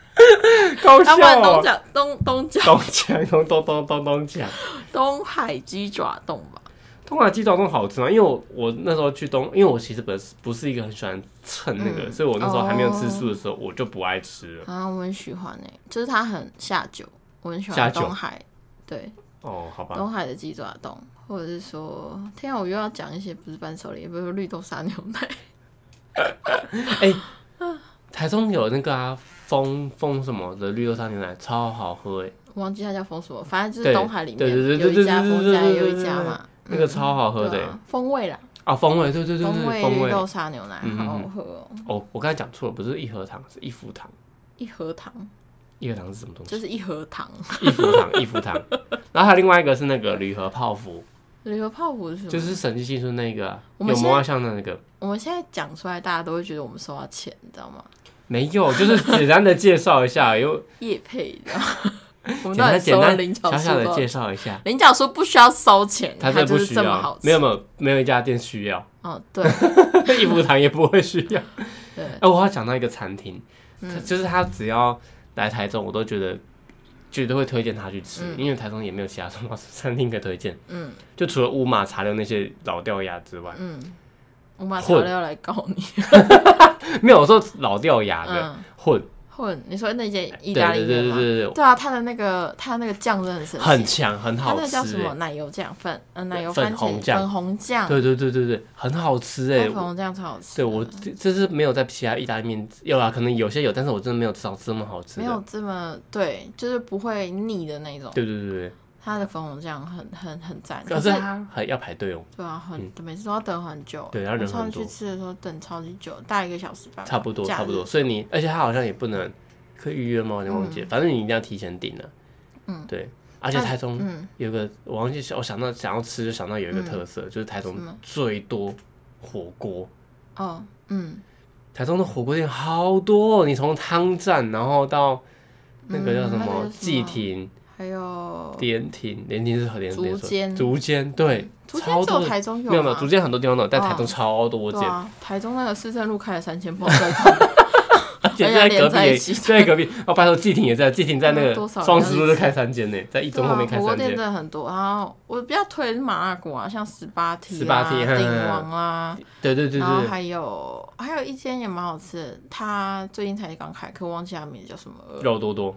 Speaker 1: 搞笑
Speaker 2: 要不然东
Speaker 1: 哦。
Speaker 2: 角东东角
Speaker 1: 东墙东东东东东墙，
Speaker 2: 东海鸡爪冻吧？
Speaker 1: 东海鸡爪冻好吃吗？因为我我那时候去东，因为我其实本不是一个很喜欢蹭那个，
Speaker 2: 嗯
Speaker 1: 所以我那时候还没有吃素的时候，我就不爱吃了。
Speaker 2: 啊，我很喜欢诶、就是它很下酒，我很喜
Speaker 1: 下
Speaker 2: 欢
Speaker 1: 酒
Speaker 2: 东海，对，
Speaker 1: 哦，好吧，
Speaker 2: 东海的鸡爪冻，或者是说，天啊，我又要讲一些不是伴手礼，比如说绿豆沙牛奶，
Speaker 1: 台中有那个啊，丰丰什么的绿豆沙牛奶超好喝哎，
Speaker 2: 我忘记它叫风什么，反正就
Speaker 1: 对
Speaker 2: 是东海里
Speaker 1: 对对对
Speaker 2: 面
Speaker 1: 对
Speaker 2: 有一家
Speaker 1: 对对
Speaker 2: 丰
Speaker 1: 对
Speaker 2: 家
Speaker 1: 对对
Speaker 2: 也有
Speaker 1: 对
Speaker 2: 一家
Speaker 1: 对
Speaker 2: 嘛，
Speaker 1: 那个
Speaker 2: 嗯
Speaker 1: 超好喝的
Speaker 2: 对
Speaker 1: 欸
Speaker 2: 啊风味啦，
Speaker 1: 啊，风味，对对对
Speaker 2: 风
Speaker 1: 对，
Speaker 2: 味
Speaker 1: 风
Speaker 2: 绿
Speaker 1: 味。
Speaker 2: 豆沙牛奶
Speaker 1: 嗯嗯嗯
Speaker 2: 好好喝哦，
Speaker 1: 哦，我刚才讲错了，不是一盒糖，是一福糖。
Speaker 2: 一盒糖
Speaker 1: 一盒糖是什么东西？
Speaker 2: 就是一盒糖，
Speaker 1: 一福糖，一 (laughs) 福糖。然后还有另外一个是那个铝盒泡芙，
Speaker 2: 铝合泡芙是什么？
Speaker 1: 就是神奇新村那个啊、
Speaker 2: 我
Speaker 1: 有
Speaker 2: 们现
Speaker 1: 魔
Speaker 2: 在
Speaker 1: 幻像的那个。
Speaker 2: 我们现在讲出来，大家都会觉得我们收到钱，你知道吗？
Speaker 1: 没有，就是简单的介绍一下，又
Speaker 2: 叶配，然后
Speaker 1: (laughs)
Speaker 2: 我
Speaker 1: 简
Speaker 2: 们到
Speaker 1: 单
Speaker 2: 底
Speaker 1: 简
Speaker 2: 收了
Speaker 1: 单
Speaker 2: 菱角
Speaker 1: 小小
Speaker 2: 酥
Speaker 1: 的介
Speaker 2: 吧？
Speaker 1: 绍一下，
Speaker 2: 菱角酥不需要收钱，
Speaker 1: 它
Speaker 2: 它
Speaker 1: 这不
Speaker 2: 哎就是
Speaker 1: 需
Speaker 2: 这么好
Speaker 1: 要，
Speaker 2: 吃。
Speaker 1: 没有没有没有一家店需要，
Speaker 2: 哦，对
Speaker 1: 一福堂也不会需
Speaker 2: (laughs)
Speaker 1: 要。
Speaker 2: 对，
Speaker 1: 哎，我要讲到一个餐厅，
Speaker 2: 嗯
Speaker 1: 它就是他只要来台中，我都觉得绝对会推荐他去吃，因为台中也没有其他什么 (laughs) 餐厅可以推荐，
Speaker 2: 嗯
Speaker 1: 就除了乌马茶六那些老掉牙之外，
Speaker 2: 嗯，我马
Speaker 1: 混
Speaker 2: 上要来告你。
Speaker 1: 没有我说老掉牙的
Speaker 2: 嗯，
Speaker 1: 混，
Speaker 2: 混，你说那间意
Speaker 1: 对
Speaker 2: 大
Speaker 1: 对
Speaker 2: 利
Speaker 1: 对
Speaker 2: 面
Speaker 1: 对
Speaker 2: 吗？
Speaker 1: 对对，
Speaker 2: 对啊，它的那个它的那个酱真的很神奇，
Speaker 1: 很强，很
Speaker 2: 它
Speaker 1: 好
Speaker 2: 那
Speaker 1: 吃
Speaker 2: 叫什么
Speaker 1: 欸。
Speaker 2: 奶油酱粉，呃，奶油
Speaker 1: 粉
Speaker 2: 番茄
Speaker 1: 红酱
Speaker 2: 粉红酱，
Speaker 1: 对对对对对，很好吃
Speaker 2: 它
Speaker 1: 哎
Speaker 2: 粉！红酱超好吃
Speaker 1: 对
Speaker 2: 的。
Speaker 1: 我这这是没有在其他意大利面有啊，可能有些有，但是我真的没有吃到这么好吃
Speaker 2: 没有
Speaker 1: 的。
Speaker 2: 这么对，就是不会腻的那种。
Speaker 1: 对对对对，
Speaker 2: 它的粉红酱很很很赞，
Speaker 1: 可是它还要排队哦，
Speaker 2: 对啊，很、每次都要等很久。
Speaker 1: 对然后人
Speaker 2: 我上
Speaker 1: 很
Speaker 2: 次
Speaker 1: 多
Speaker 2: 去吃的时候等超级久，大概一个小时半吧。
Speaker 1: 差不多
Speaker 2: 假日
Speaker 1: 差不多。。所以你，而且它好像也不能可以预约吗？我有点忘记了，反正你一定要提前订了。
Speaker 2: 嗯，
Speaker 1: 对。而且台中
Speaker 2: 嗯，
Speaker 1: 有个，我忘记我想到想要吃，就想到有一个特色，就是台中
Speaker 2: 什么
Speaker 1: 最多火锅。
Speaker 2: 哦，嗯，
Speaker 1: 台中的火锅店好多、哦，你从汤站，然后到那个叫什
Speaker 2: 嗯
Speaker 1: 么
Speaker 2: 那个叫什么
Speaker 1: 季亭、
Speaker 2: 还有
Speaker 1: 莲亭、莲亭是和莲
Speaker 2: 竹
Speaker 1: 连锁
Speaker 2: 间嗯
Speaker 1: 竹间对，
Speaker 2: 竹
Speaker 1: 超
Speaker 2: 间只
Speaker 1: 多
Speaker 2: 有
Speaker 1: 的，
Speaker 2: 台中有
Speaker 1: 没有没有，
Speaker 2: 吗
Speaker 1: 竹间很多地方都有，但台中
Speaker 2: 哦
Speaker 1: 超多间
Speaker 2: 对，啊，台中那个市政路开了三
Speaker 1: (laughs)
Speaker 2: 千包在看，
Speaker 1: 而且
Speaker 2: 而且
Speaker 1: 在
Speaker 2: 连
Speaker 1: 隔壁
Speaker 2: 在一
Speaker 1: 也，
Speaker 2: 起
Speaker 1: 就在隔壁，哦，拜托季亭也在，季亭在那
Speaker 2: 嗯
Speaker 1: 个
Speaker 2: 多少人
Speaker 1: 双十路
Speaker 2: 要
Speaker 1: 就
Speaker 2: 一起
Speaker 1: 开三间呢，在一中后面
Speaker 2: 对
Speaker 1: 开
Speaker 2: 啊火锅
Speaker 1: 三
Speaker 2: 店
Speaker 1: 间
Speaker 2: 真，的很多。然后我比较推麻辣锅啊，像十八梯、
Speaker 1: 18
Speaker 2: 啊、
Speaker 1: 梯嗯
Speaker 2: 鼎王啊，
Speaker 1: 对对对
Speaker 2: 然后
Speaker 1: 对，
Speaker 2: 还有还有一间也蛮好吃的，它最近才刚开，可我忘记它名字叫什么了。
Speaker 1: 肉多多，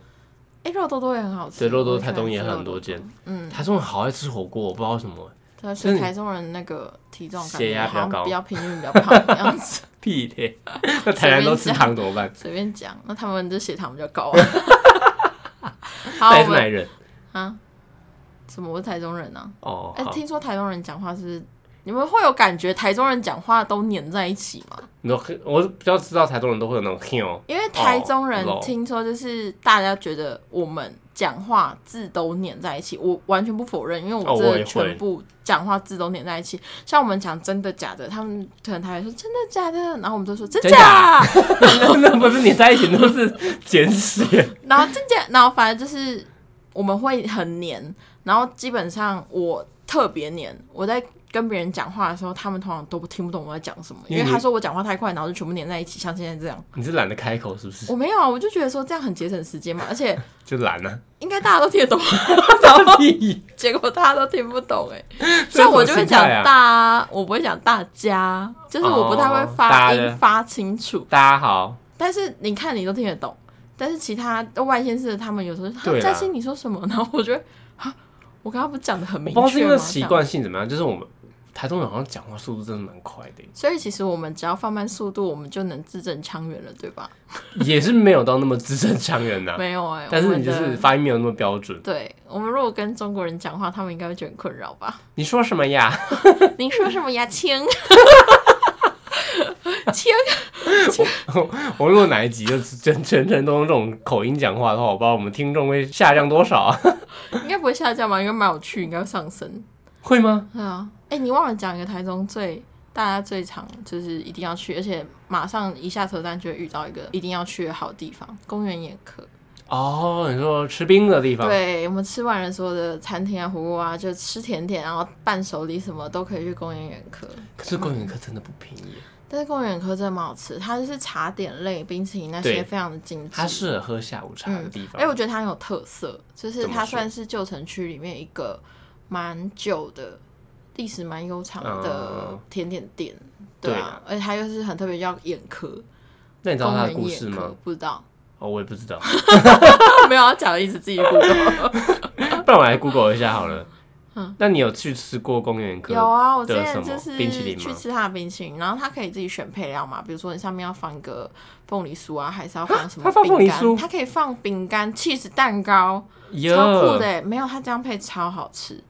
Speaker 2: 哎，肉多多也很好吃。
Speaker 1: 对肉多
Speaker 2: 我喜
Speaker 1: 台
Speaker 2: 欢
Speaker 1: 中
Speaker 2: 吃
Speaker 1: 也
Speaker 2: 肉
Speaker 1: 很多
Speaker 2: 多
Speaker 1: 间，
Speaker 2: 嗯，
Speaker 1: 台中人好爱吃火锅，我不知道为什么，
Speaker 2: 对，
Speaker 1: 所
Speaker 2: 所
Speaker 1: 以
Speaker 2: 以
Speaker 1: 你
Speaker 2: 台中人那个体重感
Speaker 1: 血压
Speaker 2: 觉
Speaker 1: 比较
Speaker 2: 好
Speaker 1: 高
Speaker 2: 像比较平均比较胖的样子，
Speaker 1: 屁嘞，那台南都吃
Speaker 2: 随便讲
Speaker 1: 糖怎么
Speaker 2: (laughs)
Speaker 1: 办？
Speaker 2: 随便讲。那他们的血糖比较高、啊。啊 (laughs) 好，
Speaker 1: 那也
Speaker 2: 我
Speaker 1: 是哪
Speaker 2: 们
Speaker 1: 人？
Speaker 2: 啊，什么？我是台中人啊。
Speaker 1: 哦，
Speaker 2: 哎、
Speaker 1: 好，
Speaker 2: 听说台中人讲话是不是？你们会有感觉台中人讲话都黏在一起吗？
Speaker 1: 你都我比较知道台中人都会有那种哦 hill。
Speaker 2: 因为台中人
Speaker 1: 哦
Speaker 2: 听说就是大家觉得我们讲话字都黏在一起，我完全不否认，因为
Speaker 1: 哦
Speaker 2: 我
Speaker 1: 我
Speaker 2: 真的
Speaker 1: 也会
Speaker 2: 全部讲话字都黏在一起。像我们讲真的假的，他们可能他会说真的假的，然后我们就说真
Speaker 1: 真
Speaker 2: 假，
Speaker 1: (laughs) 那不是你在一起，都是 (laughs) 简写。
Speaker 2: 然后真假，然后反正就是我们会很黏，然后基本上我特别黏，我在。跟别人讲话的时候，他们通常都不听不懂我在讲什么，
Speaker 1: 因
Speaker 2: 因
Speaker 1: 为
Speaker 2: 为
Speaker 1: 你
Speaker 2: 他说我讲话太快，然后就全部黏在一起，像现在这样。
Speaker 1: 你是懒得开口是不是？
Speaker 2: 我没有啊，我就觉得说这样很节省时间嘛，而且
Speaker 1: 就懒啊。
Speaker 2: 应该大家都听得懂，然后
Speaker 1: 屁
Speaker 2: 结果大家都听不懂哎、
Speaker 1: 这
Speaker 2: 所
Speaker 1: 有什
Speaker 2: 以
Speaker 1: 么
Speaker 2: 我就会
Speaker 1: 心态啊
Speaker 2: 讲大，我不会讲大家，就是我不太会
Speaker 1: 哦大
Speaker 2: 发
Speaker 1: 家
Speaker 2: 音发清楚。
Speaker 1: 大家好，
Speaker 2: 但是你看你都听得懂，但是其他外县市的他们有时候
Speaker 1: 对
Speaker 2: 他
Speaker 1: 啦
Speaker 2: 嘉欣你说什么，然 (laughs) 后我觉得啊，我刚刚不是讲的很
Speaker 1: 我
Speaker 2: 明
Speaker 1: 不知道是
Speaker 2: 确
Speaker 1: 因为
Speaker 2: 吗？
Speaker 1: 习
Speaker 2: 这样。
Speaker 1: 惯性怎么样，就是我们台中人好像讲话速度真的蛮快的，
Speaker 2: 所以其实我们只要放慢速度，我们就能字正腔圆了，对吧？
Speaker 1: 也是没有到那么字正腔圆的。啊
Speaker 2: 没有哎、
Speaker 1: 但
Speaker 2: 我
Speaker 1: 是
Speaker 2: 们
Speaker 1: 你就
Speaker 2: 的
Speaker 1: 是发音没有那么标准。
Speaker 2: 对我们如果跟中国人讲话，他们应该会觉得很困扰吧？ (laughs)
Speaker 1: 你说什么呀？ (laughs)
Speaker 2: 您说什么呀，青？青
Speaker 1: 我如果哪一集就是全全程都用这种口音讲话的话，我不知道我们听众会下降多少啊。
Speaker 2: (laughs)
Speaker 1: (laughs)
Speaker 2: 应该不会下降吧？应该蛮有趣，应该会上升。
Speaker 1: 会吗？
Speaker 2: 对啊，哎、你忘了讲一个台中最大家最常就是一定要去，而且马上一下车站就会遇到一个一定要去的好地方，公园也可。
Speaker 1: 哦，你说吃冰的地方，
Speaker 2: 对我们吃完了所有的餐厅啊、火锅啊，就吃甜点，然后伴手礼什么都可以去公园眼科。
Speaker 1: 可是公园课真的不便宜，
Speaker 2: 但是公园眼科真的蛮好吃，它就是茶点类、冰淇淋那
Speaker 1: 对
Speaker 2: 些非常的精致。
Speaker 1: 它适合喝下午茶的地方。
Speaker 2: 哎、我觉得它很有特色，就
Speaker 1: 啊
Speaker 2: 是
Speaker 1: 怎么
Speaker 2: 它
Speaker 1: 说
Speaker 2: 算是旧城区里面一个蛮久的、历史蛮悠长的
Speaker 1: 嗯
Speaker 2: 甜点店，对
Speaker 1: 对
Speaker 2: 啊，而且它又是很特别叫眼科，
Speaker 1: 那你知道
Speaker 2: 公
Speaker 1: 它的
Speaker 2: 园
Speaker 1: 故事
Speaker 2: 眼科
Speaker 1: 吗？，
Speaker 2: 不知道， (laughs)
Speaker 1: 哦，我也不知道，
Speaker 2: 没有要讲的意思，自己去 Google
Speaker 1: (laughs) 不然我来 Google 一下好了。那你有去吃过公园科？
Speaker 2: 嗯有啊，我之
Speaker 1: 的
Speaker 2: 前
Speaker 1: 什
Speaker 2: 就
Speaker 1: 么
Speaker 2: 是
Speaker 1: 冰淇淋吗
Speaker 2: 去吃它的冰淇淋，然后它可以自己选配料嘛，比如说你上面要放一个凤梨酥啊，还是要放什
Speaker 1: (laughs)
Speaker 2: 么
Speaker 1: 它放凤
Speaker 2: 饼
Speaker 1: 梨
Speaker 2: 干？
Speaker 1: 酥
Speaker 2: 它可以放饼干、cheese 蛋糕。
Speaker 1: 哟
Speaker 2: 超酷的欸，没有它这样配超好吃。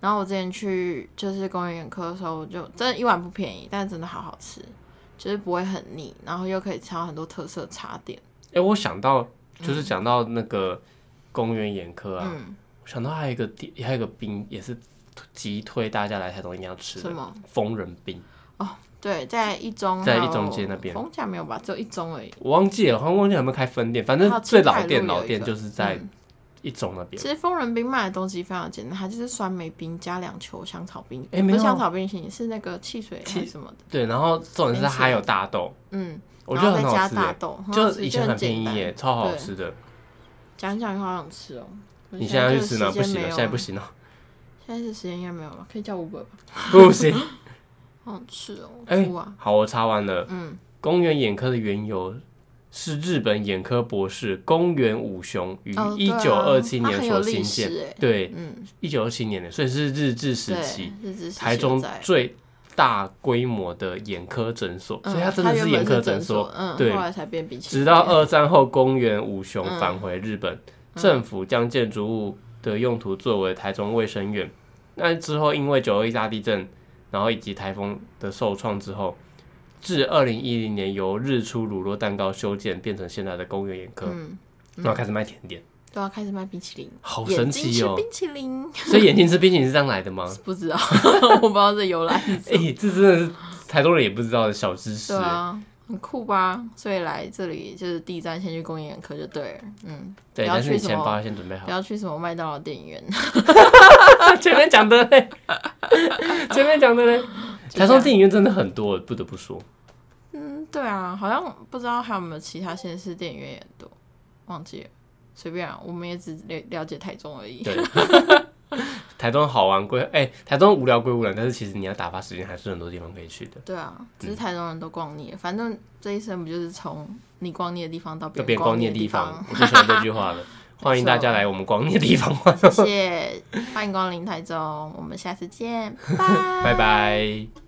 Speaker 2: 然后我之前去就是公园眼科的时候，我就真的一碗不便宜，但是真的好好吃，就是不会很腻，然后又可以吃到很多特色茶点。
Speaker 1: 哎、我想到就是讲到那个公园眼科啊，
Speaker 2: 嗯，
Speaker 1: 我想到还有一个地，还有一个冰也是急推大家来台东一定要吃
Speaker 2: 什
Speaker 1: 的
Speaker 2: 么？
Speaker 1: 疯人冰，
Speaker 2: 对，在一中
Speaker 1: 在
Speaker 2: 还有
Speaker 1: 一中街那边
Speaker 2: 逢甲没有吧？只有一中而已。
Speaker 1: 我忘记了，好像忘记有没有开分店，反
Speaker 2: 还
Speaker 1: 正
Speaker 2: 有
Speaker 1: 最
Speaker 2: 青
Speaker 1: 老
Speaker 2: 海路
Speaker 1: 店
Speaker 2: 有
Speaker 1: 老
Speaker 2: 一
Speaker 1: 店
Speaker 2: 个
Speaker 1: 就是在一中那边。
Speaker 2: 嗯其实疯人冰卖的东西非常简单，它就是酸梅冰加两球香草冰，
Speaker 1: 诶
Speaker 2: 不
Speaker 1: 没
Speaker 2: 是
Speaker 1: 有
Speaker 2: 香草冰淇淋，是那个汽水还
Speaker 1: 汽
Speaker 2: 是什么的。
Speaker 1: 对，然后重点是它还有大豆，
Speaker 2: 嗯，
Speaker 1: 我觉
Speaker 2: 然
Speaker 1: 得
Speaker 2: 后
Speaker 1: 很
Speaker 2: 再
Speaker 1: 好
Speaker 2: 加
Speaker 1: 吃
Speaker 2: 大
Speaker 1: 耶，
Speaker 2: 豆，很好
Speaker 1: 就
Speaker 2: 吃
Speaker 1: 以前很便宜。
Speaker 2: 就很简
Speaker 1: 耶，
Speaker 2: 单
Speaker 1: 超好吃的。
Speaker 2: 讲一讲就好想吃哦。
Speaker 1: 你现在
Speaker 2: 就
Speaker 1: 去
Speaker 2: 是
Speaker 1: 吃呢？
Speaker 2: 时
Speaker 1: 不
Speaker 2: 间
Speaker 1: 行
Speaker 2: 没
Speaker 1: 了，
Speaker 2: 有
Speaker 1: 现在不行
Speaker 2: (laughs)
Speaker 1: 了，
Speaker 2: 现在是时间应该没有吧？可以叫 Uber 吧？
Speaker 1: 不行。
Speaker 2: 好想吃哦，
Speaker 1: 哎
Speaker 2: 哭啊！
Speaker 1: 好，我查完了。
Speaker 2: 嗯，
Speaker 1: 公园眼科的缘由是日本眼科博士宫原武雄于
Speaker 2: 哦
Speaker 1: 一
Speaker 2: 对啊
Speaker 1: 九二七
Speaker 2: 它
Speaker 1: 年
Speaker 2: 很
Speaker 1: 所
Speaker 2: 有历
Speaker 1: 兴建。
Speaker 2: 史哎
Speaker 1: 对，
Speaker 2: 嗯，
Speaker 1: 一九二七年的，所以是日治时期
Speaker 2: 对，日治时期
Speaker 1: 台中
Speaker 2: 在
Speaker 1: 最大规模的眼科诊所，
Speaker 2: 嗯
Speaker 1: 所以它真的是眼科诊所。
Speaker 2: 它原本是诊所，嗯，
Speaker 1: 对
Speaker 2: 后来才变冰淇
Speaker 1: 直
Speaker 2: 淋店。
Speaker 1: 到二战后，公园武雄
Speaker 2: 嗯
Speaker 1: 返回日本，政府将建筑物的用途作为台中卫生院。那之后，因为九二一大地震，然后以及台风的受创之后，至二零一零年由日出乳酪蛋糕修建，变成现在的公园眼科，
Speaker 2: 嗯，
Speaker 1: 然后开始卖甜点，
Speaker 2: 都要开始卖冰淇淋，
Speaker 1: 好神奇哦
Speaker 2: 眼睛！吃冰淇淋，
Speaker 1: 所以眼镜吃冰淇淋是这样来的
Speaker 2: (laughs)
Speaker 1: 吗？
Speaker 2: 不知道，我不知道这
Speaker 1: (laughs)
Speaker 2: 由来是什
Speaker 1: 哎、
Speaker 2: 么。
Speaker 1: 这真的是台中人也不知道的小知识
Speaker 2: 对。啊，很酷吧？所以来这里就是第一站，先去公园眼科就对了。嗯，
Speaker 1: 对，
Speaker 2: 不要
Speaker 1: 但是
Speaker 2: 去
Speaker 1: 你
Speaker 2: 什
Speaker 1: 钱包
Speaker 2: 么，
Speaker 1: 要先准备好
Speaker 2: 不。要去什么麦当劳电影院。
Speaker 1: (laughs) 前面讲的嘞，前面讲的嘞，
Speaker 2: 就
Speaker 1: (laughs) 台
Speaker 2: 这样
Speaker 1: 中电影院真的很多，不得不说。
Speaker 2: 嗯，对啊，好像不知道还有没有其他县市电影院也多，忘记了，随便啊，我们也只了了解台中而已。
Speaker 1: 对，台中好玩归哎、台中无聊归无聊，但是其实你要打发时间还是很多地方可以去的。
Speaker 2: 对啊，只是台中人都逛腻了，反正这一生不就是从你逛腻的地方到
Speaker 1: 就
Speaker 2: 别
Speaker 1: 别
Speaker 2: 人
Speaker 1: 人光
Speaker 2: 腻
Speaker 1: 腻
Speaker 2: 的
Speaker 1: 的地
Speaker 2: 方
Speaker 1: 方？，我最喜欢这句 (laughs) 话了。欢迎大家来我们光腻的地方玩， (laughs)
Speaker 2: (laughs) 谢谢，欢迎光临台中，我们下次见，拜
Speaker 1: 拜拜。